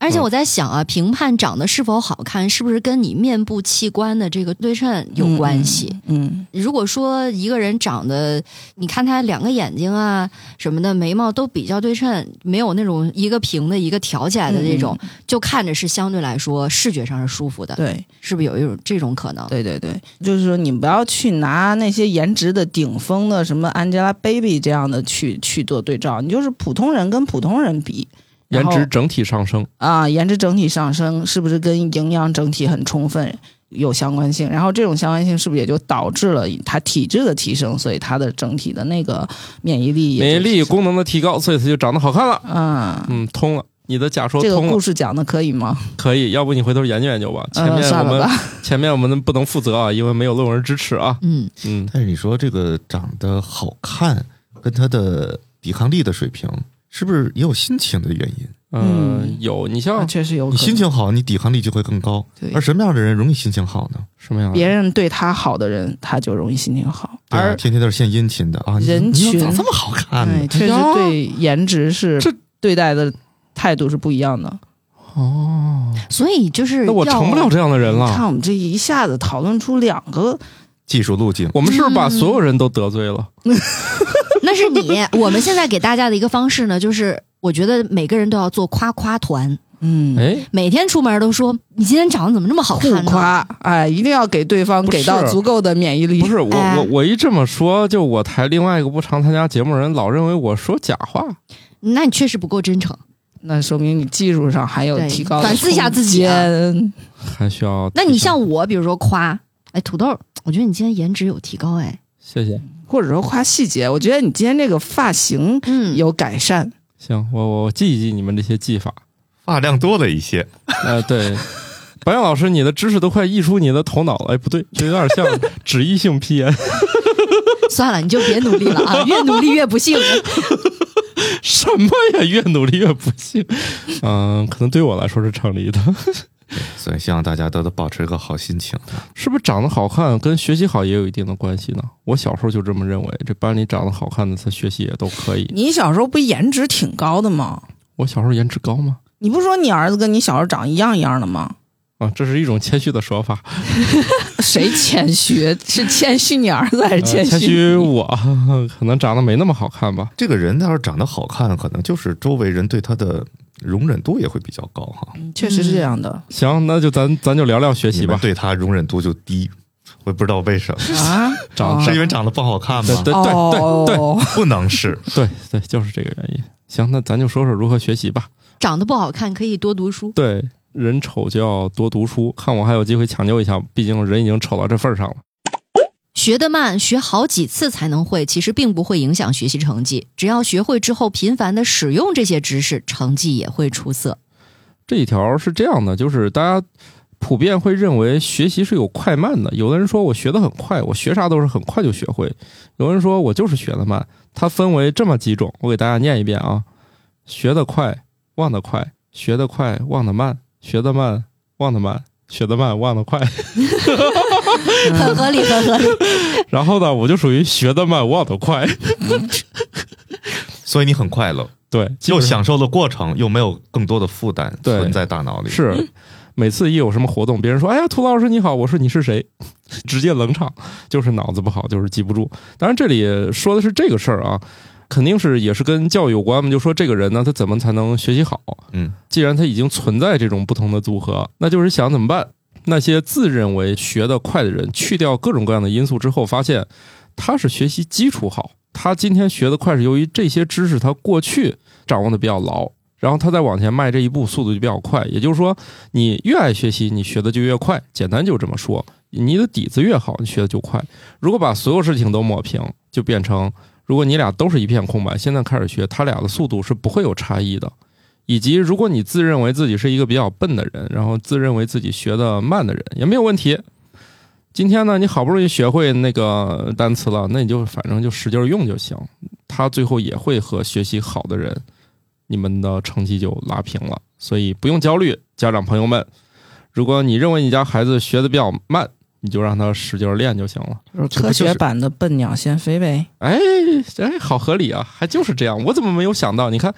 S1: 而且我在想啊，评判长得是否好看，是不是跟你面部器官的这个对称 有关系？
S5: 嗯，
S1: 如果说一个人长得，你看他两个眼睛啊什么的，眉毛都比较对称，没有那种一个平的一个挑起来的这种，
S3: 嗯
S1: 就看着是相对来说视觉上是舒服的，
S5: 对
S1: 是不是有一种这种可能？
S5: 对对对，就是说你不要去拿那些颜值的顶峰的什么 Angelababy 这样的去去做对照，你就是普通人跟普通人比。然
S3: 颜
S5: 后
S3: 值整体上升，
S5: 啊，颜值整体上升是不是跟营养整体很充分有相关性？然后这种相关性是不是也就导致了他体质的提升，所以他的整体的那个免疫力也就
S3: 免疫力
S5: 提升
S3: 功能的提高，所以它就长得好看了。
S5: 嗯，
S3: 嗯，通了，你的假说
S5: 这个
S3: 通了
S5: 故，事讲的可以吗？
S3: 可以。要不你回头研究研究吧。前
S5: 嗯，
S3: 面我
S5: 算了
S3: 们
S5: 吧。
S3: 前面我们不能负责啊，因为没有论文支持啊。
S1: 嗯，
S3: 嗯，
S2: 但是你说这个长得好看，跟他的抵抗力的水平，是不是也有心情的原因？
S3: 呃
S5: 嗯
S3: 有你
S5: 啊
S3: 像
S5: 确实有
S2: 你
S5: 可
S2: 心
S5: 能，
S2: 情好，你抵抗力就会更高。
S5: 对
S2: 而什么样的人容易心情好呢？
S3: 什么样的？
S5: 别人对他好的人，他就容易心情好，
S2: 对啊
S5: 而
S2: 天天都是献殷勤的啊，你
S5: 人群
S2: 你怎么这么好看
S5: 哎，
S2: 呢？
S5: 确实
S3: 呀
S5: 对颜值是
S3: 这
S5: 对待的态度是不一样的。
S3: 哦，
S1: 所以就是
S3: 那我
S1: 要
S3: 成不了这样的人啊
S5: 看
S3: 了。
S5: 我们这一下子讨论出两个，
S2: 技术路径，
S3: 我们是不是把所有人都得罪了？
S1: 那是你。我们现在给大家的一个方式呢，就是我觉得每个人都要做夸夸团，
S5: 嗯，
S3: 哎，
S1: 每天出门都说你今天长得怎么这么好
S5: 互
S1: 看呢？
S5: 夸，哎，一定要给对方
S3: 不
S5: 给到
S3: 是
S5: 足够的免疫力。
S3: 不是我
S1: 哎
S3: 我我一这么说，就我台另外一个不常参加节目的人老认为我说假话。
S1: 那你确实不够真诚。
S5: 那说明你技术上还有
S1: 对
S5: 提高的
S1: 反思一下自己啊
S5: 空间
S3: 还需要
S1: 那你
S3: 提升
S1: 像我，比如说夸，哎，土豆，我觉得你今天颜值有提高，哎，
S3: 谢谢
S5: 或者说夸细节。我觉得你今天这个发型
S1: 嗯，
S5: 有改善，
S3: 行，我我我记一记你们这些技法。
S2: 发量多了一些。
S3: 呃，对， 白杨老师，你的知识都快溢出你的头脑了。哎，不对，这有点 像脂溢性皮炎，
S1: 算了，你就别努力了啊，越努力越不幸。
S3: 什么呀？越努力越不幸。嗯、可能对我来说是成立的。
S2: 所以希望大家都能保持一个好心情。啊
S3: 是不是长得好看跟学习好也有一定的关系呢？我小时候就这么认为，这班里长得好看的，他学习也都可以。
S5: 你小时候不颜值挺高的吗？
S3: 我小时候颜值高吗？
S5: 你不说你儿子跟你小时候长一样一样的吗？
S3: 啊，这是一种谦虚的说法，
S5: 谁谦虚？是谦虚你儿子还是
S3: 呃
S5: 谦
S3: 谦
S5: 虚？
S3: 虚我 可能长得没那么好看吧。
S2: 这个人要是长得好看，可能就是周围人对他的容忍度也会比较高哈。
S5: 确实是这样的、
S3: 行，那就咱咱就聊聊学习
S2: 你们
S3: 吧。
S2: 对他容忍度就低，我也不知道为什么，
S5: 啊。
S3: 长
S2: 是因为长得不好看
S3: 对
S2: 吗？
S3: 对对对
S5: 哦，
S2: 不能是，
S3: 对对，就是这个原因。行，那咱就说说如何学习吧。
S1: 长得不好看可以多读书，
S3: 对，人丑就要多读书，看我还有机会抢救一下，毕竟人已经丑到这份儿上了。
S1: 学得慢，学好几次才能会，其实并不会影响学习成绩。只要学会之后，频繁的使用这些知识，成绩也会出色。
S3: 这一条是这样的，就是大家普遍会认为学习是有快慢的。有的人说我学得很快，我学啥都是很快就学会；有人说我就是学得慢。它分为这么几种，我给大家念一遍啊：学得快，忘得快；学得快，忘得慢；学得慢，忘得慢；学得慢，忘得快。
S5: 嗯
S1: 很合理，很合理。
S3: 然后呢，我就属于学得慢，忘得快。
S2: 所以你很快乐，
S3: 对，基
S2: 又
S3: 本上
S2: 享受了过程，又没有更多的负担
S3: 对
S2: 存在大脑里。
S3: 是，每次一有什么活动，别人说：“哎呀，涂老师你好。”我说：“你是谁？” 直接冷场，就是脑子不好，就是记不住。当然，这里说的是这个事儿啊，肯定是也是跟教育有关。我们就说这个人呢，他怎么才能学习好？
S2: 嗯，
S3: 既然他已经存在这种不同的组合，那就是想怎么办？那些自认为学得快的人，去掉各种各样的因素之后，发现他是学习基础好，他今天学得快是由于这些知识他过去掌握的比较牢，然后他再往前迈这一步速度就比较快。也就是说，你越爱学习，你学的就越快，简单就这么说。你的底子越好，你学的就快。如果把所有事情都抹平，就变成如果你俩都是一片空白，现在开始学，他俩的速度是不会有差异的。以及，如果你自认为自己是一个比较笨的人，然后自认为自己学的慢的人，也没有问题。今天呢，你好不容易学会那个单词了，那你就反正就使劲儿用就行。他最后也会和学习好的人，你们的成绩就拉平了，所以不用焦虑，家长朋友们。如果你认为你家孩子学的比较慢，你就让他使劲儿练就行了。
S5: 就是
S2: 这不
S5: 科
S2: 就是
S5: 学版的笨鸟先飞呗。
S3: 哎哎，好合理啊，还就是这样，我怎么没有想到？你看，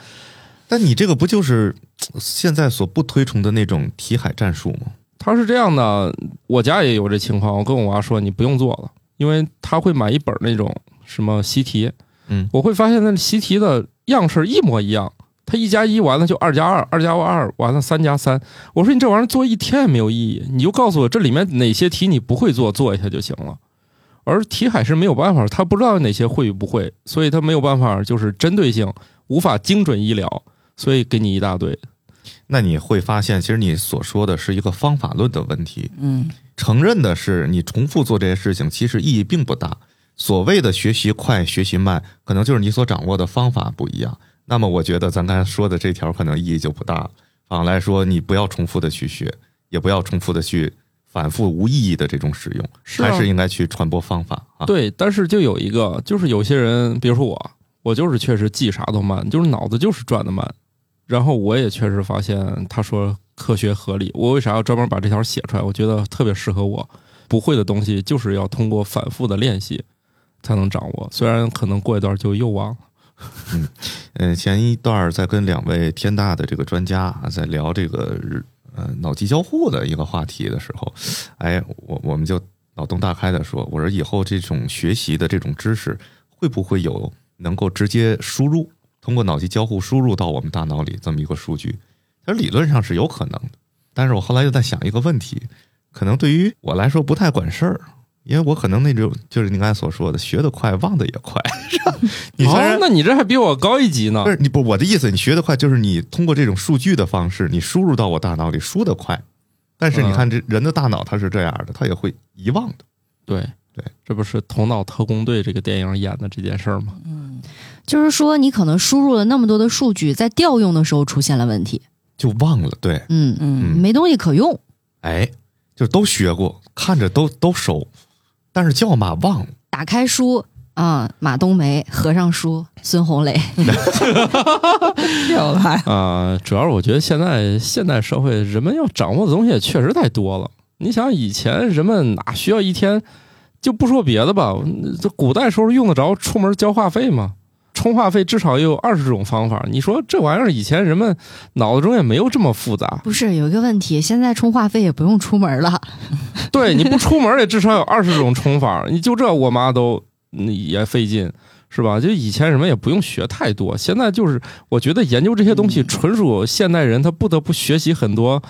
S2: 但你这个不就是呃现在所不推崇的那种题海战术吗？
S3: 他是这样的，我家也有这情况。我跟我娃说，你不用做了，因为他会买一本那种什么习题，
S2: 嗯
S3: 我会发现那习题的样式一模一样。他一加一完了就二加二，二加二完了三加三。我说你这玩意儿做一天也没有意义，你就告诉我这里面哪些题你不会做，做一下就行了。而题海是没有办法，他不知道哪些会与不会，所以他没有办法就是针对性，无法精准医疗，所以给你一大堆。
S2: 那你会发现，其实你所说的是一个方法论的问题。
S5: 嗯，
S2: 承认的是，你重复做这些事情，其实意义并不大。所谓的学习快、学习慢，可能就是你所掌握的方法不一样。那么，我觉得咱刚才说的这条可能意义就不大了。反过来说，你不要重复的去学，也不要重复的去反复无意义的这种使用，
S3: 啊
S2: 还是应该去传播方法啊。
S3: 对，但是就有一个，就是有些人，比如说我，我就是确实记啥都慢，就是脑子就是转的慢。然后我也确实发现，他说科学合理，我为啥要专门把这条写出来？我觉得特别适合我。不会的东西就是要通过反复的练习才能掌握，虽然可能过一段就又忘了。
S2: 嗯，前一段儿在跟两位天大的这个专家啊，在聊这个呃脑机交互的一个话题的时候，哎，我我们就脑洞大开的说，我说以后这种学习的这种知识会不会有能够直接输入，通过脑机交互输入到我们大脑里这么一个数据？他说理论上是有可能的，但是我后来又在想一个问题，可能对于我来说不太管事儿。因为我可能那种就是你刚才所说的，学得快，忘得也快。是吧你虽然
S3: 哦，那你这还比我高一级呢
S5: 啊
S2: 不。是你不我的意思，你学得快就是你通过这种数据的方式，你输入到我大脑里输得快。但是你看这人的大脑它是这样的，它也会遗忘
S5: 嗯
S2: 的。
S3: 对
S2: 对，
S3: 这不是《头脑特工队》这个电影演的这件事儿吗？
S1: 就是说，你可能输入了那么多的数据，在调用的时候出现了问题。
S2: 就忘了，对，
S1: 嗯
S5: 嗯
S1: 没东西可用。
S2: 哎，就都学过，看着都都熟，但是叫嘛忘了，
S1: 打开书啊、马冬梅，合上书，孙红雷。
S3: 嗯
S5: 掉了。
S3: 啊、主要是我觉得现在现代社会，人们要掌握的东西也确实太多了。你想，以前人们哪需要一天，就不说别的吧，嗯这古代时候用得着出门交话费吗？充话费至少也有二十种方法。你说这玩意儿，以前人们脑子中也没有这么复杂。
S1: 不是有一个问题，现在充话费也不用出门了。
S3: 对，你不出门也至少有二十种充法，你就这我妈都嗯也费劲。是吧？就以前人们也不用学太多，现在就是我觉得研究这些东
S5: 嗯
S3: 西纯属现代人他不得不学习很多，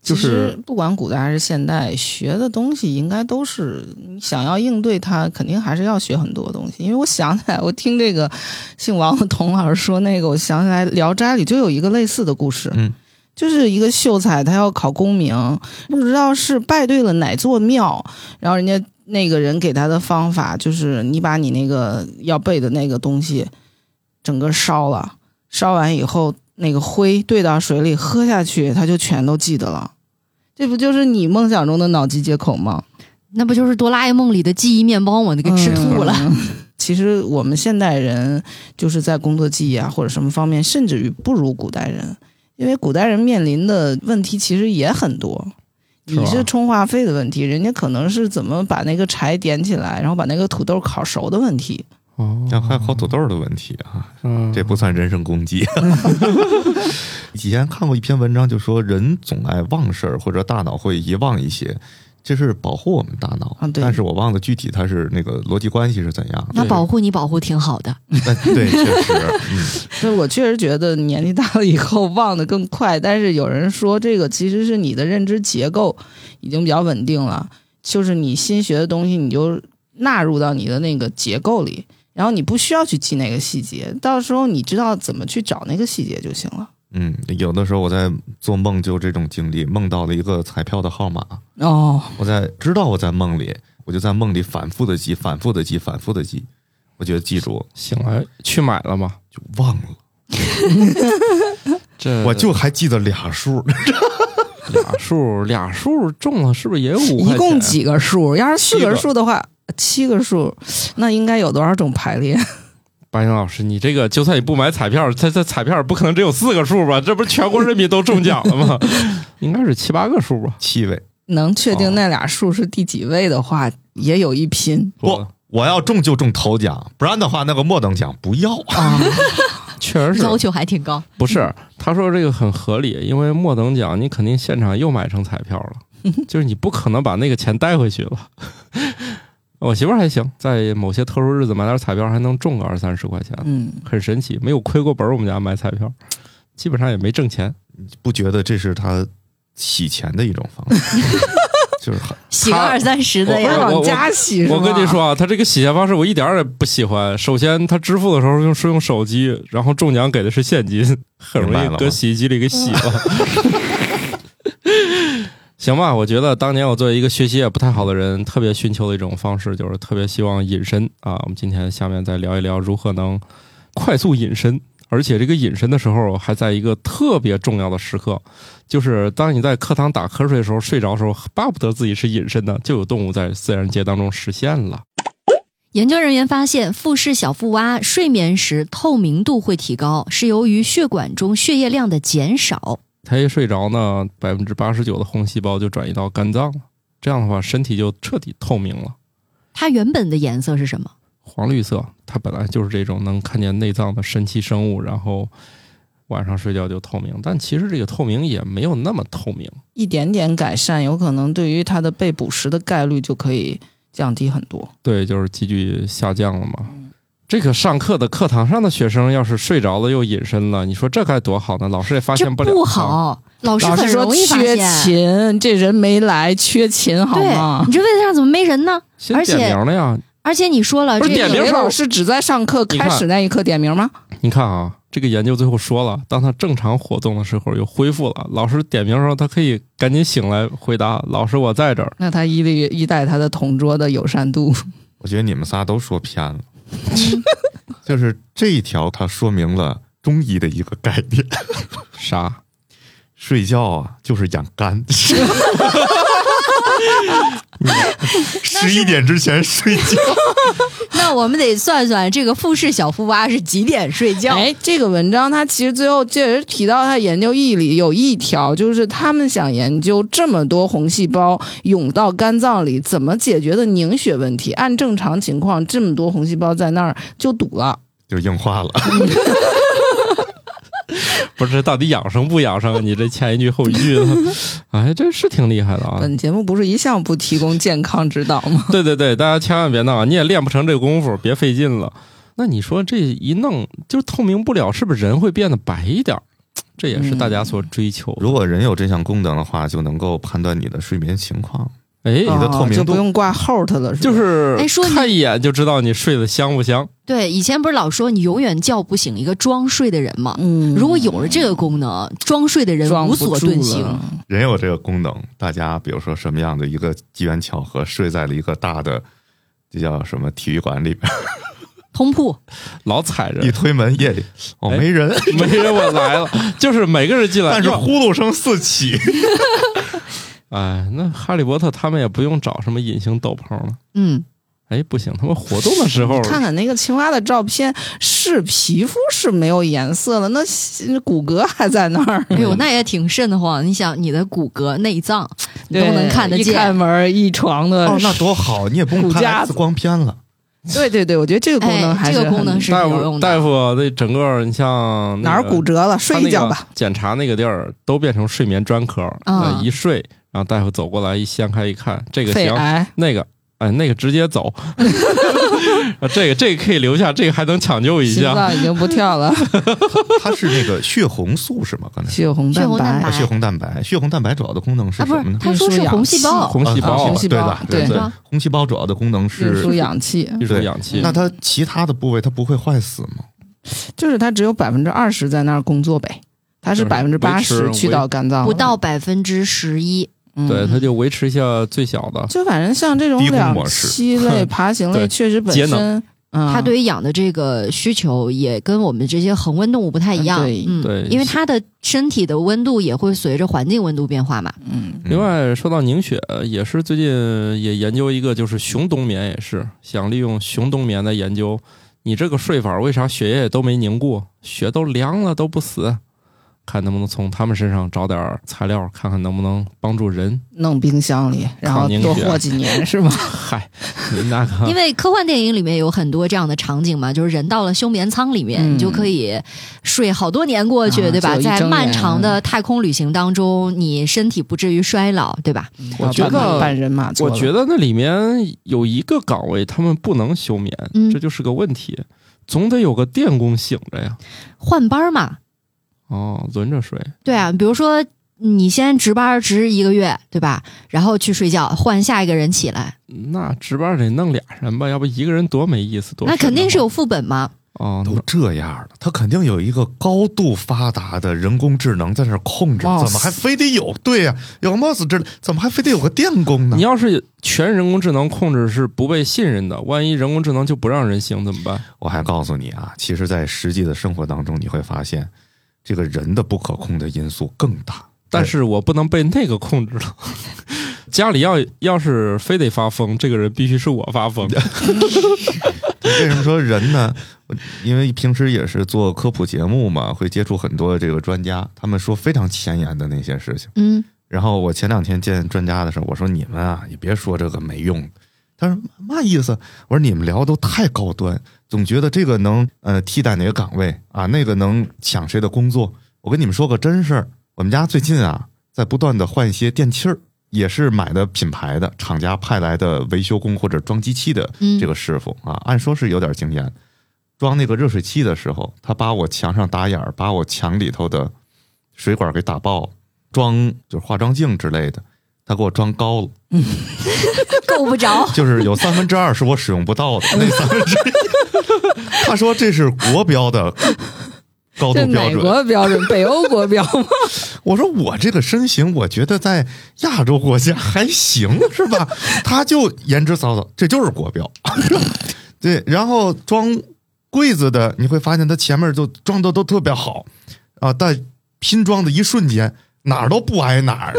S3: 就
S5: 其实
S3: 是
S5: 不管古代还是现代，学的东西应该都是你想要应对它，肯定还是要学很多东西。因为我想起来，我听这个姓王的童老师说那个，我想起来《聊斋》里就有一个类似的故事，
S2: 嗯，
S5: 就是一个秀才，他要考功名，不知道是拜对了哪座庙，然后人家那个人给他的方法就是，你把你那个要背的那个东西整个烧了，烧完以后。那个灰兑到水里喝下去，他就全都记得了。这不就是你梦想中的脑机接口吗？
S1: 那不就是哆啦 A 梦里的记忆面包吗？你给吃吐了。
S5: 嗯其实我们现代人就是在工作记忆啊，或者什么方面，甚至于不如古代人，因为古代人面临的问题其实也很多。
S3: 是吧
S5: 你是充话费的问题，人家可能是怎么把那个柴点起来，然后把那个土豆烤熟的问题。
S3: 哦
S2: 像还有烤土豆的问题啊，
S3: 嗯
S2: 这不算人身攻 击。以前看过一篇文章，就说人总爱忘事儿，或者大脑会遗忘一些，这是保护我们大脑。
S5: 啊对
S2: 但是我忘了具体它是那个逻辑关系是怎样的。
S1: 那保护你保护挺好的，
S2: 但对，确实，嗯，
S5: 所以我确实觉得年纪大了以后忘得更快，但是有人说这个其实是你的认知结构已经比较稳定了，就是你新学的东西你就纳入到你的那个结构里，然后你不需要去记那个细节，到时候你知道怎么去找那个细节就行了。
S2: 嗯，有的时候我在做梦就有这种经历，梦到了一个彩票的号码，
S5: 哦，
S2: 我在知道我在梦里，我就在梦里反复的记，反复的记，反复的记，我觉得记住
S3: 醒来去买了嘛？
S2: 就忘了，
S3: 这
S2: 我就还记得俩数，
S3: 俩数，俩数中了是不是也有五块钱？
S5: 一共几个数？要是四
S3: 七
S5: 个
S3: 个
S5: 数的话，七个数，那应该有多少种排列？
S3: 白岩老师，你这个就算你不买彩票，他他彩票不可能只有四个数吧？这不是全国人民都中奖了吗？ 应该是七八个数吧？
S2: 七位。
S5: 能确
S3: 哦
S5: 定那俩数是第几位的话，也有一拼
S2: 不，我要中就中头奖，不然的话那个末等奖不要。
S5: 啊。
S3: 确实是
S1: 要求还挺高。
S3: 不是？他说这个很合理，因为末等奖你肯定现场又买成彩票 了，就是你不可能把那个钱带回去了。 我媳妇儿还行，在某些特殊日子买点彩票还能中个二三十块钱，
S5: 嗯，
S3: 很神奇，没有亏过本儿。我们家买彩票，基本上也没挣钱。
S2: 不觉得这是他洗钱的一种方式？就是很
S1: 洗个二三十的
S3: 我
S1: 呀，
S5: 要
S3: 我
S5: 往家洗是吗
S3: 我跟你，说啊，他这个洗钱方式我一点儿也不喜欢。首先，他支付的时候用是用手机，然后中奖给的是现金，很容
S2: 明白了吗
S3: 易搁洗衣机里给洗了。 行吧，我觉得当年我作为一个学习也不太好的人，特别寻求的一种方式就是特别希望隐身啊。我们今天下面再聊一聊如何能快速隐身，而且这个隐身的时候还在一个特别重要的时刻，就是当你在课堂打瞌睡的时候，睡着的时候，巴不得自己是隐身的，就有动物在自然界当中实现了。
S1: 研究人员发现，富士小腹蛙睡眠时透明度会提高，是由于血管中血液量的减少。
S3: 它一睡着呢，百分之八十九的红细胞就转移到肝脏了，这样的话，身体就彻底透明了，
S1: 它原本的颜色是什么？
S3: 黄绿色。它本来就是这种能看见内脏的神奇生物，然后晚上睡觉就透明。但其实这个透明也没有那么透明。
S5: 一点点改善，有可能对于它的被捕食的概率就可以降低很多。
S3: 对，就是急剧下降了嘛。
S1: 嗯
S3: 这个上课的课堂上的学生要是睡着了又隐身了，你说这该多好呢？老师也发
S1: 这
S3: 现了。啊
S1: 不好，老师
S5: 老
S1: 哦很
S5: 师说
S1: 容易发
S5: 缺
S1: 现。
S5: 勤，这人没来，缺勤好
S1: 对，
S5: 吗
S1: 你？这位置上怎么没人呢？
S3: 先
S1: 而且
S3: 点名了呀！
S1: 而且你说了，
S3: 不
S1: 这
S3: 是点
S1: 个
S3: 名
S5: 有
S3: 时
S5: 的
S3: 候
S5: 老师只在上课
S3: 你
S5: 开始
S3: 看
S5: 那一刻点名吗？
S3: 你看啊，这个研究最后说了，当他正常活动的时候又恢复了。老师点名的时候，他可以赶紧醒来回答：“老师，我在这儿。
S5: 那他依赖依赖他的同桌的友善度。
S2: 我觉得你们仨都说偏了， 就是这一条它说明了中医的一个概念：”
S3: 啥？
S2: 睡觉啊就是养 肝，十一点之前睡 觉。
S1: 那我们得算算这个富士小腹蛙是几点睡觉？
S5: 哎，这个文章它其实最后确实提到它研究意义里有一条，就是他们想研究这么多红细胞涌到肝脏里怎么解决的凝血问题。按正常情况，这么多红细胞在那儿就堵了。
S2: 就硬化了。
S3: 不是，到底养生不养生？你这前一句后一句的，哎，这是挺厉害的啊！
S5: 本节目不是一向不提供健康指导吗？
S3: 对对对，大家千万别闹，你也练不成这功夫，别费劲了。那你说这一弄就透明不了，是不是人会变得白一点儿？这也是大家所追求的。
S2: 如果人有这项功能的话，就能够判断你的睡眠情况。
S3: 哎，
S2: 你的透明度
S5: 哦就不用挂 Hort 了，
S3: 就是
S5: 吧
S3: 是
S1: 哎说你
S3: 看一眼就知道你睡得香不香。
S1: 对，以前不是老说你永远叫不醒一个装睡的人吗？
S5: 嗯，
S1: 如果有了这个功能，装睡的人
S5: 装
S1: 无
S5: 不
S1: 所
S5: 住
S1: 遁
S5: 了嗯
S1: 形。
S2: 人有这个功能，大家比如说什么样的一个机缘巧合，睡在了一个大的。这叫什么体育馆里边？
S1: 通铺，
S3: 老踩人
S2: 一，推门，夜里哦
S3: 哎
S2: 没人，
S3: 没人我来了，就是每个人进来。
S2: 但是
S3: 哟
S2: 呼噜声四起。
S3: 哎，那哈利波特他们也不用找什么隐形斗篷了。
S1: 嗯，
S3: 哎，不行，他们活动的时候，
S5: 看看那个青蛙的照片，是皮肤是没有颜色了，那那骨骼还在那 儿，
S1: 哎呦，那也挺瘆得慌。你想，你的骨骼、内脏你都能看得
S5: 一开
S1: 见，
S5: 门一床的，
S2: 哦，那多好，你也不用
S5: 呃骨
S2: 看
S5: 架
S2: X 光片了。
S5: 对对对，我觉得这个功能
S1: 哎，
S5: 还是
S1: 这
S5: 很、
S1: 个功能是
S3: 大
S1: 有
S3: 夫
S1: 用
S3: 大
S1: 的。
S3: 夫那整个，你像那
S5: 哪儿
S3: 个
S5: 骨折了，睡一觉吧。。
S3: 检查那个地儿都变成睡眠专科，
S1: 啊
S3: 呃一睡，然后大夫走过来一掀开一看，这个
S5: 肺
S3: 行，
S5: 癌，
S3: 那个哎那个直接 走，啊这个这个可以留下，这个还能抢救一
S5: 心
S3: 下。
S5: 脏已经不跳 了，
S2: 它是那个血红素是吗？刚才
S5: 血红蛋
S1: 血红蛋白
S2: 啊血红蛋白，血红蛋白主要的功能是
S1: 啊，
S2: 什
S1: 不
S2: 么
S1: 是，
S2: 呢？
S1: 他说是红细胞，
S3: 红细
S2: 啊
S3: 胞
S5: 红细胞
S2: 对的，
S5: 对
S2: 对对，红细胞主要的功能
S5: 运输
S2: 是。
S5: 氧气，
S3: 运输
S2: 对
S3: 氧气
S5: 嗯
S2: 那，它其他的部位它不会坏死吗？
S5: 就是它只有百分之二十在那儿工作呗，它是
S3: 就是
S5: 百分之八
S3: 维持
S5: 十去到肝脏了
S1: 不到，百分之十一。
S5: 嗯
S3: 对，它就维持一下最小的。
S5: 就反正像这种
S2: 低功
S5: 两
S2: 模式
S5: 栖类、爬行类，
S3: 对
S5: 确实本
S3: 节
S5: 身
S3: 能，
S5: 嗯
S1: 它对于氧的这个需求也跟我们这些恒温动物不太一样，
S5: 嗯对
S1: 嗯，
S3: 对
S1: 因为它的身体的温度也会随着环境温度变化嘛，
S5: 嗯
S2: 嗯
S3: 另外，说到凝血，也是最近也研究一个，就是熊冬眠，也是想利用熊冬眠来研究你这个睡法为啥血液都没凝固，血都凉了都不死，看能不能从他们身上找点儿材料，看看能不能帮助人。
S5: 弄冰箱里，然后
S3: 抗凝
S5: 多
S3: 血
S5: 活几 年是吗？
S3: 嗨，你那个
S1: 因为科幻电影里面有很多这样的场景嘛，就是人到了休眠舱里面，
S5: 嗯
S1: 你就可以睡好多年过去，
S5: 啊
S1: 对吧？
S5: 就一睁
S1: 在
S5: 眼
S1: 漫长的太空旅行当中，你身体不至于衰老，对吧？
S3: 我觉
S5: 半
S3: 得
S5: 半人马座
S3: 我
S5: 了，
S3: 觉得那里面有一个岗位他们不能休眠，
S1: 嗯
S3: 这就是个问题，总得有个电工醒着呀。
S1: 换班嘛，
S3: 哦，轮着睡，
S1: 对啊，比如说你先值班值一个月，对吧？然后去睡觉，换下一个人起来，
S3: 那值班得弄俩人吧，要不一个人多没意思，多
S1: 那肯定是
S3: 有
S1: 有副本嘛。
S3: 哦，那
S2: 都这样了，它肯定有一个高度发达的人工智能在那儿控制，
S5: Moss
S2: 怎么还非得有？对呀、有个 Moss 智能，怎么还非得有个电工呢
S3: 你？要是全人工智能控制是不被信任的，万一人工智能就不让人行怎么办？
S2: 我还告诉你啊，其实，在实际的生活当中，你会发现，这个人的不可控的因素更大。
S3: 但是我不能被那个控制了。 家里要要是非得发疯，这个人必须是我发疯。
S2: 为什么说人呢？我因为平时也是做科普节目嘛，会接触很多这个专家，他们说非常前沿的那些事情。
S1: 嗯，
S2: 然后我前两天见专家的时候，我说你们啊，也别说这个没用的。他说嘛意思？我说你们聊都太高端，总觉得这个能呃替代哪个岗位啊，那个能抢谁的工作。我跟你们说个真事儿，我们家最近啊在不断的换一些电器儿，也是买的品牌的厂家派来的维修工或者装机器的
S1: 嗯
S2: 这个师傅啊，按说是有点经验。装那个热水器的时候，他把我墙上打眼儿，把我墙里头的水管给打爆了，装就是化妆镜之类的，他给我装高了，。
S1: 够不着
S2: 就是有三分之二是我使用不到的，那三分之一， 他说这是国标的高
S5: 这
S2: 度标
S5: 哪
S2: 准
S5: 国，的标准？北欧国标吗？
S2: 我说我这个身形，我觉得在亚洲国家还行，是吧？他就言之凿凿，这就是国标。 对，然后装柜子的，你会发现它前面就装的都特别好啊，但拼装的一瞬间哪儿都不挨哪儿。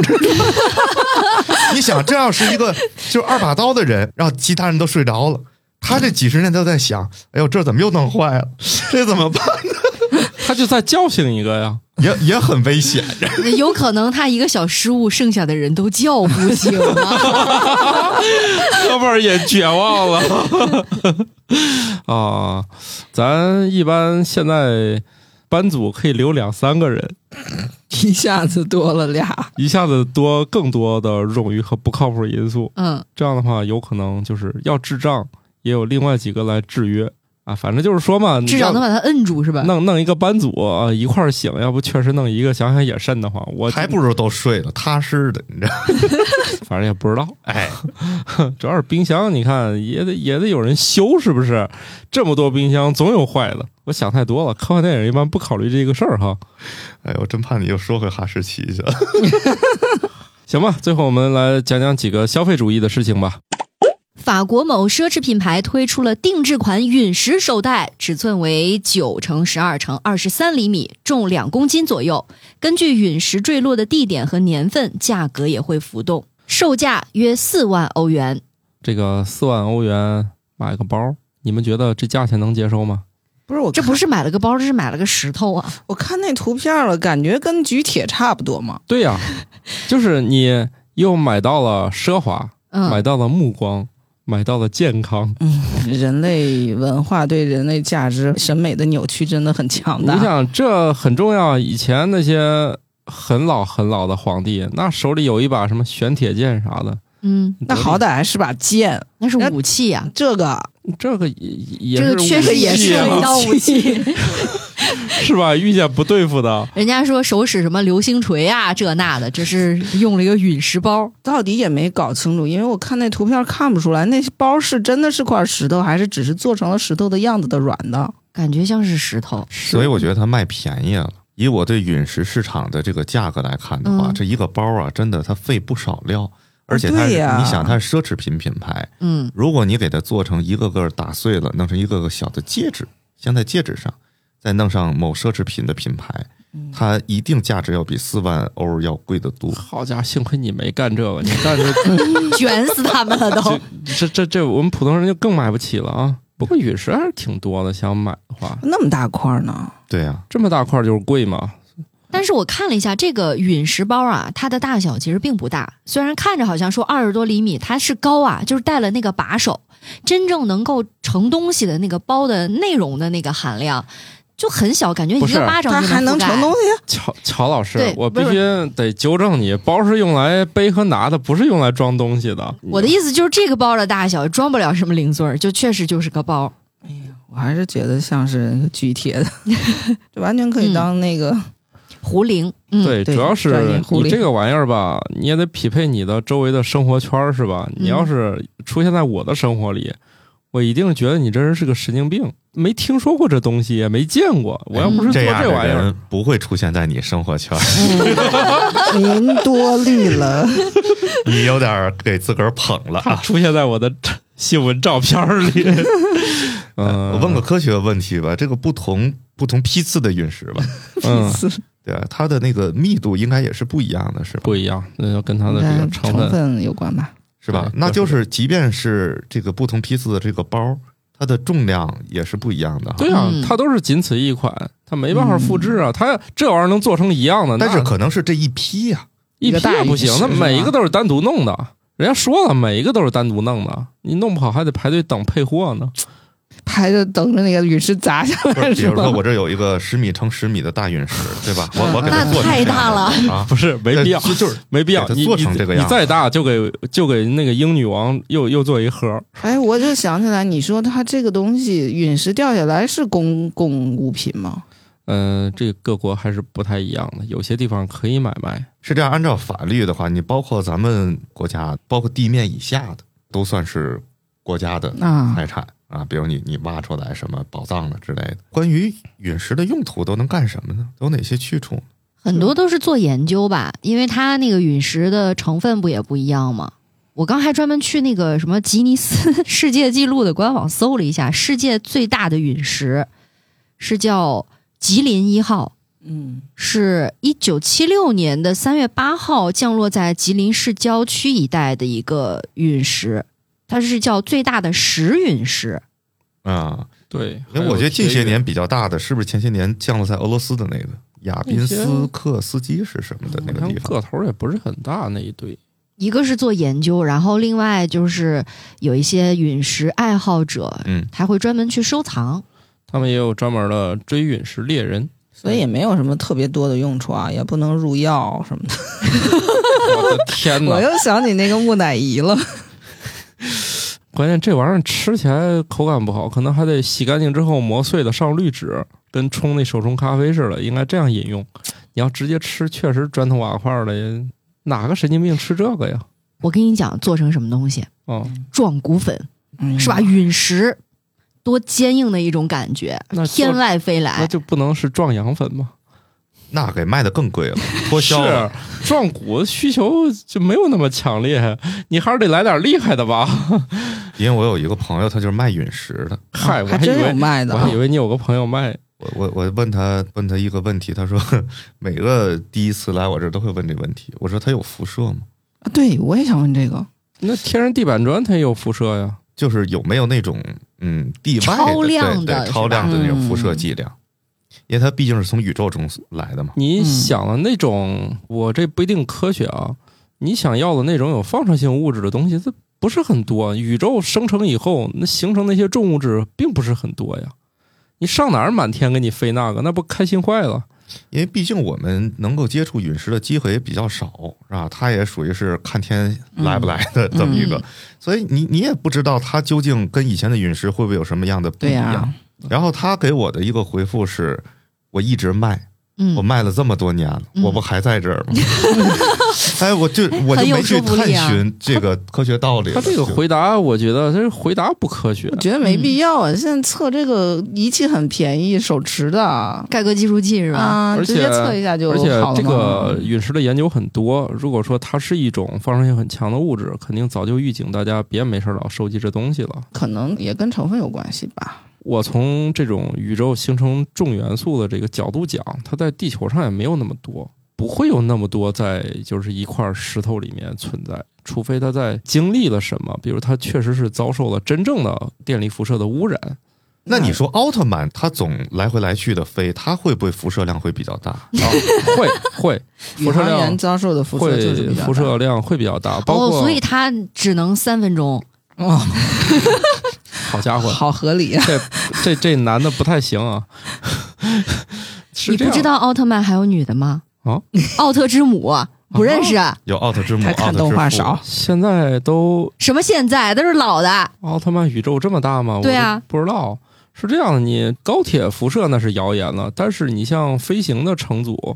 S2: 你想，这要是一个就是二把刀的人，让其他人都睡着了。他这几十年都在想，哎呦，这怎么又弄坏了？这怎么办？
S3: 他就再叫醒一个呀。
S2: 也也很危险。
S1: 有可能他一个小失误，剩下的人都叫不醒了。
S3: 哥们儿也绝望了 啊！咱一般现在班组可以留两三个人，
S5: 一下子多了俩，
S3: 一下子多更多的冗余和不靠谱因素。
S1: 嗯，
S3: 这样的话，有可能就是要智障，也有另外几个来制约。啊，反正就是说嘛，你
S1: 至少
S3: 要
S1: 能把它摁住是吧？
S3: 弄弄一个班组啊一块儿醒，要不确实弄一个，想想也瘆得慌。我
S2: 还不如都睡了，踏实的，你知道？
S3: 反正也不知道，
S2: 哎，
S3: 主要是冰箱，你看也得也得有人修，是不是？这么多冰箱，总有坏的。我想太多了，科幻电影一般不考虑这个事儿哈。
S2: 哎呦，我真怕你又说回哈士奇去了。
S3: 行吧，最后我们来讲讲几个消费主义的事情吧。
S1: 法国某奢侈品牌推出了定制款陨石手袋，尺寸为九乘十二乘二十三厘米，重两公斤左右。根据陨石坠落的地点和年份，价格也会浮动，售价约四万欧元。
S3: 这个四万欧元买个包，你们觉得这价钱能接受吗？
S5: 不是我
S1: 这
S5: 看
S1: 不是买了个包，这是买了个石头 啊！
S5: 我看那图片了，感觉跟举铁差不多嘛。
S3: 对呀、 就是你又买到了奢华，买
S1: 嗯，
S3: 到了目光，买到了健康。
S5: 嗯人类文化对人类价值审美的扭曲真的很强
S3: 你
S5: 大。
S3: 想，这很重要。以前那些很老很老的皇帝，那手里有一把什么玄铁剑啥的，
S1: 嗯，
S5: 那好歹还是把剑，
S1: 那是武器啊呀、
S5: 这个
S3: 这个也也
S1: 这个
S3: 是
S1: 确实
S3: 武器
S1: 也是
S3: 啊
S1: 一道武器。
S3: 是吧？遇见不对付的，
S1: 人家说手使什么流星锤啊，这那的，这是用了一个陨石包。
S5: 到底也没搞清楚，因为我看那图片看不出来，那包是真的是块石头，还是只是做成了石头的样子的软的？
S1: 感觉像是石头，
S2: 所以我觉得它卖便宜了。以我对陨石市场的这个价格来看的话，
S1: 嗯
S2: 这一个包啊，真的它费不少
S3: 哦
S2: 料，而且它
S5: 对
S2: 是、
S5: 呀
S2: 你想它是奢侈品品牌，
S1: 嗯，
S2: 如果你给它做成一个个打碎了，弄成一个个小的戒指，镶在戒指上，再弄上某奢侈品的品牌，
S3: 嗯
S2: 它一定价值要比四万欧要贵得多。
S3: 好家伙，幸亏你没干这个，你干这
S1: 卷死他们了都。
S3: 这这这，我们普通人就更买不起了啊。不过陨石还是挺多的，想买的话，
S5: 那么大块呢？
S2: 对啊呀、
S3: 这么大块就是贵嘛。
S1: 但是我看了一下这个陨石包啊，它的大小其实并不大，虽然看着好像说二十多厘米，它是高啊，就是带了那个把手，真正能够盛东西的那个包的内容的那个含量就很小，感觉一
S3: 不是
S1: 个巴掌
S5: 它
S1: 就
S5: 还
S1: 能
S5: 能
S1: 覆盖
S5: 盛东西？
S3: 乔乔老师
S1: 对，
S3: 我必
S1: 不
S3: 须得纠正你，包是用来背和拿的，不是用来装东西的。
S1: 我的意思就是这个包的大小装不了什么零碎儿，就确实就是个包。
S5: 我还是觉得像是那个举铁 的，这完全可以当那个。
S1: 壶铃，嗯，
S3: 对，
S5: 对
S3: 主要是
S5: 专业护
S3: 你
S5: 理
S3: 这个玩意儿吧，你也得匹配你的周围的生活圈儿，是吧？你要是出现在我的生活里，我一定觉得你这人是个神经病，没听说过这东西，也没见过。我要不是做
S2: 哎嗯这样的
S3: 玩意儿，
S2: 人不会出现在你生活圈，
S5: 您多虑了，
S2: 你有点儿给自个儿捧了
S3: 他
S2: 啊。
S3: 出现在我的 新闻照片儿 里。嗯，
S2: 我问个科学问题吧，这个不同不同批次的陨石 吧，
S3: 嗯，
S2: 对啊，它的那个密度应该也是不一样的，是吧？
S3: 不一样，那要跟它的这个
S5: 跟
S3: 成
S5: 成
S3: 分。
S5: 分有关吧？
S2: 是吧
S3: 对？
S2: 那就是即便是这个不同批次的这个包，它的重量也是不一样的哈。
S3: 对啊
S1: 嗯，
S3: 它都是仅此一款，它没办法复制啊。它这玩意儿能做成一样的，
S2: 但是
S3: 那
S2: 可能是这一批 呀、
S3: 一
S5: 一
S3: 批
S5: 个大
S3: 也
S5: 一
S3: 不
S5: 批
S3: 行，
S5: 是
S3: 那
S5: 吧
S3: 每一个都是单独弄的。人家说了，每一个都是单独弄的，你弄不好还得排队等配货呢。
S5: 排着等着那个陨石砸下
S2: 不
S5: 来
S2: 是比
S5: 是
S2: 如说
S5: 吧？
S2: 我这有一个十米乘十米的大陨石，对 吧？我我给它
S1: 那
S2: 做成
S1: 太
S2: 这样
S1: 大了
S2: 的啊，
S3: 不是，没必要，
S2: 就就是
S3: 没必要。
S2: 给它
S3: 你
S2: 做成这个
S3: 你
S2: 样
S3: 你
S2: 子
S3: 再大就给就给那个英女王又又做一盒儿，
S5: 哎，我就想起来，你说它这个东西陨石掉下来是公共物品吗？
S3: 嗯、这个各国还是不太一样的，有些地方可以买卖。
S2: 是这样。按照法律的话，你包括咱们国家，包括地面以下的，都算是国家的
S3: 嗯
S5: 啊，
S3: 哎
S2: 财产啊。比如你你挖出来什么宝藏了之类的。关于陨石的用途都能干什么呢？有哪些去处呢？
S1: 很多都是做研究吧，因为它那个陨石的成分不也不一样吗？我刚还专门去那个什么吉尼斯 世界纪录的官网搜了一下，世界最大的陨石是叫吉林一号，
S5: 嗯，
S1: 是一九七六年的三月八号降落在吉林市郊区一带的一个陨石，它是叫最大的石陨石。
S2: 啊，
S3: 对，
S2: 因为我觉得近些年比较大的，是不是前些年降落在俄罗斯的那个亚宾斯克斯基是什么的那
S3: 好
S2: 个
S3: 像
S2: 地方？
S3: 个头儿也不是很大那一堆。
S1: 一个是做研究，然后另外就是有一些陨石爱好者，
S2: 嗯，
S1: 他会专门去收藏。
S3: 他们也有专门的追陨石猎人，
S5: 所以也没有什么特别多的用处啊，也不能入药什么的。
S3: 我的天哪 啊
S5: 我！又想起那个木乃伊了，
S3: 关键这玩意儿吃起来口感不好，可能还得洗干净之后磨碎了上滤纸，跟冲那手冲咖啡似的，应该这样饮用。你要直接吃，确实砖头瓦块儿的，哪个神经病吃这个呀？
S1: 我跟你讲，做成什么东西，
S3: 哦，
S1: 壮骨粉
S5: 嗯
S1: 是吧？？陨石，多坚硬的一种感觉
S3: 那，做
S1: 天外飞来
S3: 那。就不能是壮阳粉吗？
S2: 那给卖的更贵了，脱销了。
S3: 是壮骨需求就没有那么强烈，你还是得来点厉害的吧。
S2: 因为我有一个朋友，他就是卖陨石的。
S3: 嗨，我
S5: 还
S3: 还以
S5: 真有
S3: 为
S5: 卖的
S3: 我
S5: 啊
S3: 还以为你有个朋友卖，
S2: 我我我问他问他一个问题，他说 每个第一次来我这儿都会问这问题。我说他有辐射吗？
S5: 啊对，我也想问这个。
S3: 那天然地板砖它也有辐射呀。
S2: 就是有没有那种嗯地外的
S1: 超量
S2: 对
S1: 的
S2: 对
S1: 是
S2: 超
S1: 吧
S2: 量的那种辐射
S5: 嗯
S2: 剂量，因为它毕竟是从宇宙中来的嘛。
S3: 你想的那种，我这不一定科学啊。你想要的那种有放射性物质的东西，它不是很多。宇宙生成以后，那形成那些重物质并不是很多呀。你上哪儿满天给你飞那个，那不开心坏了？
S2: 因为毕竟我们能够接触陨石的机会也比较少，是吧？它也属于是看天来不来的这么一个，
S1: 嗯
S2: 所以你你也不知道它究竟跟以前的陨石会不会有什么样的不一
S5: 对呀、
S2: 样。
S1: 啊
S2: 然后他给我的一个回复是，我一直卖，
S1: 嗯
S2: 我，卖了这么多年了，
S1: 嗯
S2: 我不还在这儿吗？ 哎，我就 我就
S1: 很有
S2: 没去
S1: 说服
S2: 探
S1: 力啊
S2: 寻这个科学道理了。
S3: 他这个
S2: 就
S3: 回答，我觉得这回答不科学
S5: 我。觉得没必要啊！现在测这个仪器很便宜，手持的啊，
S1: 盖革计数器是吧？哦
S5: 啊
S3: 而
S5: 直
S3: 且
S5: 接测一下就
S3: 而且
S5: 好了嘛。
S3: 这个陨石的研究很多，如果说它是一种放射性很强的物质，肯定早就预警大家别没事儿老收集这东西了。
S5: 可能也跟成分有关系吧。
S3: 我从这种宇宙形成重元素的这个角度讲，它在地球上也没有那么多，不会有那么多在就是一块石头里面存在，除非它在经历了什么，比如它确实是遭受了真正的电离辐射的污染。
S2: 那
S3: 嗯
S2: 你说奥特曼他总来回来去的飞，他会不会辐射量会比较大？
S3: 啊，会会
S5: 宇
S3: 辐射
S5: 航员
S3: 量
S5: 遭受的 辐射
S3: 会
S5: 就是比较大
S3: 辐射量会比较大，包
S1: 哦，
S3: 括、
S1: 所以它只能三分钟。
S5: 哦，
S3: 好家伙，
S5: 好合理啊！
S3: 这这这男的不太行啊。是
S1: 你
S3: 这
S1: 不
S3: 样
S1: 知道奥特曼还有女的吗？
S3: 啊，
S1: 奥特之母不认识，
S2: 有奥特之母，
S5: 他
S2: 奥
S5: 看
S2: 特之
S5: 动画
S2: 父
S5: 少，
S3: 现在都
S1: 什么现在都是老的，
S3: 奥特曼宇宙这么大吗？我
S1: 对啊
S3: 都不知道。是这样的，你高铁辐射那是谣言了，但是你像飞行的乘组、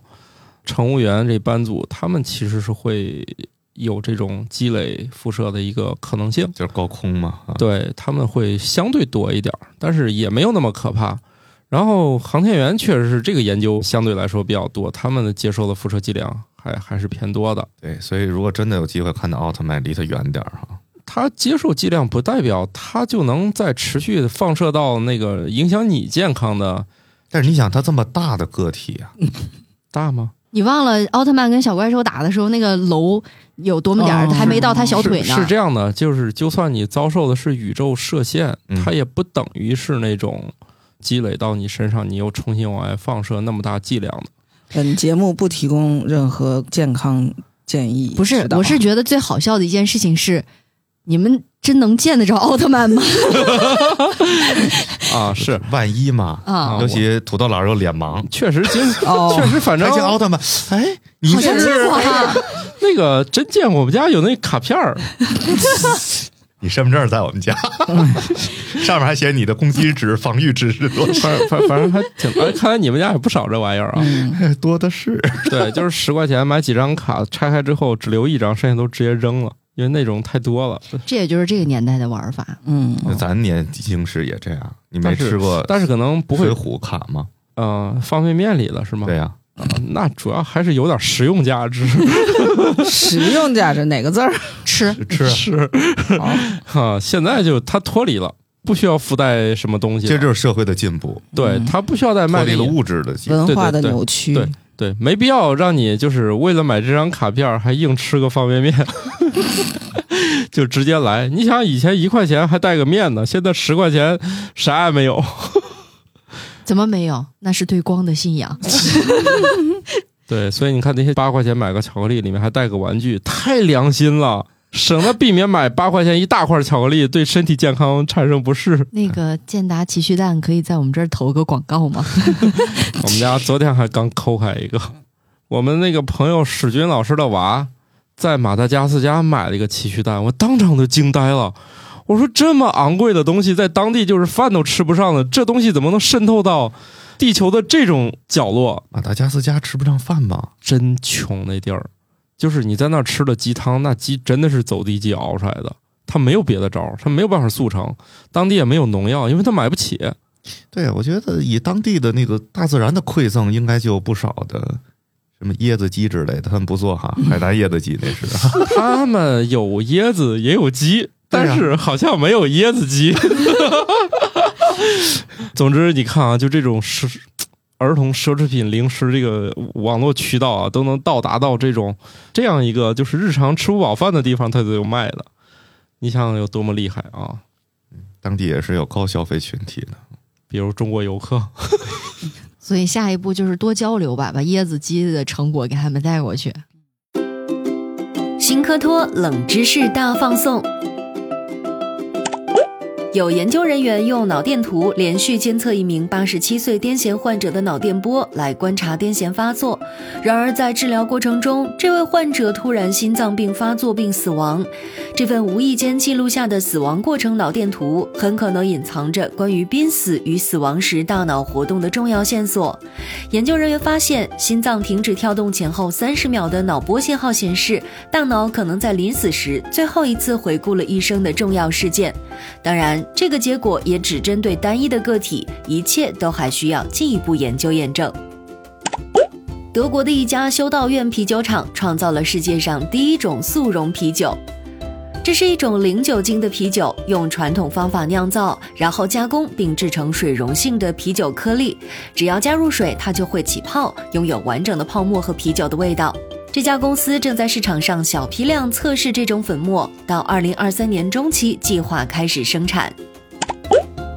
S3: 乘务员这班组，他们其实是会有这种积累辐射的一个可能性。
S2: 就是高空嘛。啊
S3: 对他们会相对多一点儿，但是也没有那么可怕。然后航天员确实是这个研究相对来说比较多，他们的接受的辐射剂量还还是偏多的。
S2: 对，所以如果真的有机会看到奥特曼，离他远点儿哈。
S3: 他接受剂量不代表他就能再持续地放射到那个影响你健康的
S2: 但是你想，他这么大的个体啊，
S3: 大吗？
S1: 你忘了奥特曼跟小怪兽打的时候，那个楼有多么点儿，
S5: 哦
S1: 还没到他小腿
S3: 是
S1: 呢。
S3: 是这样的，就是就算你遭受的是宇宙射线，
S2: 嗯
S3: 它也不等于是那种积累到你身上，你又重新往外放射那么大剂量的。
S5: 本节目不提供任何健康建议，
S1: 不是
S5: 知，道
S1: 我是觉得最好笑的一件事情是，你们真能见得着奥特曼吗？
S3: 啊，是
S2: 万一嘛，
S3: 哦
S1: 啊，
S2: 尤其土豆老师又脸盲，
S3: 确实 经，
S5: 哦
S3: 确实啊反
S2: 还
S3: 正
S2: 见奥特曼，哎，你
S1: 好像见
S2: 是
S1: 过啊哈。
S3: 那个真见过，我们家有那卡片儿，
S2: 你身份证在我们家，
S3: 嗯
S2: 上面还写你的攻击值、防御值是 多少，
S3: 反正反反正还挺，哎，看来你们家也不少这玩意儿啊。
S2: 多的是。
S3: 对，就是十块钱买几张卡，拆开之后只留一张，剩下都直接扔了，因为那种太多了。
S1: 这也就是这个年代的玩法。
S5: 嗯，
S2: 咱年轻时也这样，你没
S3: 哦但是
S2: 吃过
S3: 但是可能不会
S2: 水，浒卡吗？
S3: 嗯、方便面里了是吗？呃
S2: 对啊呀，
S3: 那主要还是有点实用价 值。
S5: 实用价值哪个字儿？
S1: 吃
S2: 吃啊。
S3: 是
S5: 好
S3: 啊，现在就它脱离了，不需要附带什么东西
S2: 这
S3: 了。
S2: 就是社会的进步，
S3: 对，
S5: 嗯
S3: 它不需要再
S2: 脱
S3: 卖给
S2: 离
S3: 你
S2: 了物质的进步。
S5: 文化的
S3: 对对对
S5: 扭曲，
S3: 对对，没必要让你就是为了买这张卡片儿还硬吃个方便 面，就直接来。你想以前一块钱还带个面呢，现在十块钱啥也没有。
S1: 怎么没有？那是对光的信仰。
S3: 对，所以你看那些八块钱买个巧克力，里面还带个玩具，太良心了，省得避免买八块钱一大块巧克力对身体健康产生不适。
S1: 那个健达奇趣蛋可以在我们这儿投个广告吗？
S3: 我们家昨天还刚抠开一个，我们那个朋友史军老师的娃在马达加斯加买了一个奇趣蛋，我当场就惊呆了。我我说这么昂贵的东西，在当地就是饭都吃不上的，这东西怎么能渗透到地球的这种角落？
S2: 马达加斯加吃不上饭吧？
S3: 真穷那地儿，就是你在那儿吃了鸡汤，那鸡真的是走地鸡熬出来的，它没有别的招儿，它没有办法速成，当地也没有农药，因为它买不起。
S2: 对，我觉得以当地的那个大自然的馈赠，应该就有不少的什么椰子鸡之类的，他们不做哈，海南椰子鸡那 是。
S3: 他们有椰子也有鸡，
S2: 对啊
S3: 但是好像没有椰 子鸡。总之，你看啊，就这种奢儿童奢侈品零食这个网络渠道啊，都能到达到这种这样一个就是日常吃不饱饭的地方，它都有卖的。你想想有多么厉害啊！
S2: 当地也是有高消费群体的。
S3: 比如中国游客，
S1: 所以下一步就是多交流吧，把椰子鸡的成果给他们带过去。
S4: 新科托冷知识大放送。有研究人员用脑电图连续监测一名87岁癫痫患者的脑电波来观察癫痫发作。然而，在治疗过程中，这位患者突然心脏病发作并死亡。这份无意间记录下的死亡过程脑电图，很可能隐藏着关于濒死与死亡时大脑活动的重要线索。研究人员发现，心脏停止跳动前后三十秒的脑波信号显示，大脑可能在临死时最后一次回顾了一生的重要事件。当然，这个结果也只针对单一的个体，一切都还需要进一步研究验证。德国的一家修道院啤酒厂创造了世界上第一种速溶啤酒。这是一种零酒精的啤酒，用传统方法酿造，然后加工并制成水溶性的啤酒颗粒。只要加入水，它就会起泡，拥有完整的泡沫和啤酒的味道。这家公司正在市场上小批量测试这种粉末，到二零二三年中期计划开始生产。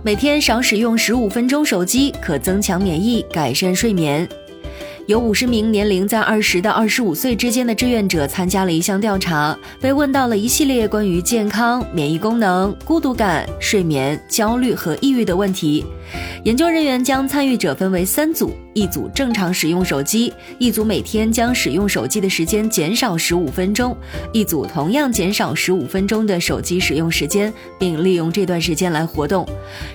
S4: 每天少使用十五分钟手机，可增强免疫，改善睡眠。有五十名年龄在二十到二十五岁之间的志愿者参加了一项调查，被问到了一系列关于健康、免疫功能、孤独感、睡眠、焦虑和抑郁的问题。研究人员将参与者分为三组，一组正常使用手机，一组每天将使用手机的时间减少十五分钟，一组同样减少十五分钟的手机使用时间，并利用这段时间来活动。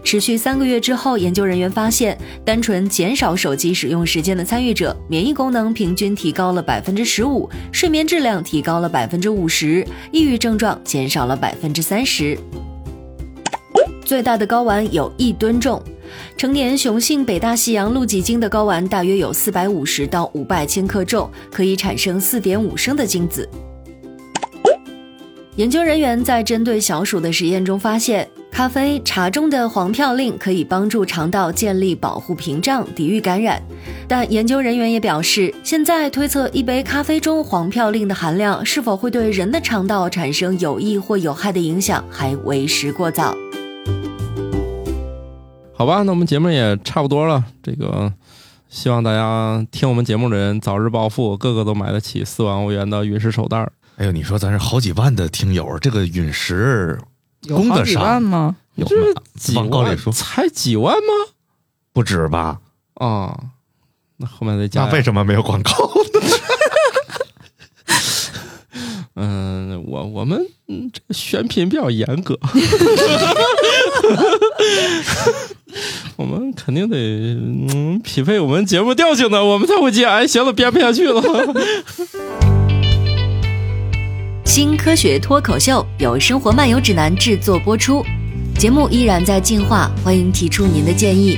S4: 持续三个月之后，研究人员发现，单纯减少手机使用时间的参与者，免疫功能平均提高了百分之十五，睡眠质量提高了百分之五十，抑郁症状减少了百分之三十。最大的睾丸有一吨重，成年雄性北大西洋露脊鲸的睾丸大约有四百五十到五百千克重，可以产生四点五升的精子。研究人员在针对小鼠的实验中发现，咖啡、茶中的黄嘌呤可以帮助肠道建立保护屏障，抵御感染。但研究人员也表示，现在推测一杯咖啡中黄嘌呤的含量是否会对人的肠道产生有益或有害的影响，还为时过早。
S3: 好吧，那我们节目也差不多了。这个希望大家听我们节目的人早日暴富，个个都买得起四万欧元的陨石手袋儿。
S2: 哎呦，你说咱是好几万的听友，这个陨石
S5: 有
S2: 供
S5: 好
S2: 得
S5: 几
S2: 上
S5: 万吗？
S2: 有
S3: 这
S2: 吗
S3: 几
S2: 往高里
S3: 万
S2: 说
S3: 才几万吗？
S2: 不止吧？
S3: 啊，那后面再加
S2: 那
S3: 呀。
S2: 为什么没有广告？
S3: 嗯，我我们嗯这个选品比较严 格，我们肯定得嗯匹配我们节目调性的，我们才会接。哎，行了，编不下去了。
S4: 新科学脱口秀由《生活漫游指南》制作播出，节目依然在进化，欢迎提出您的建议，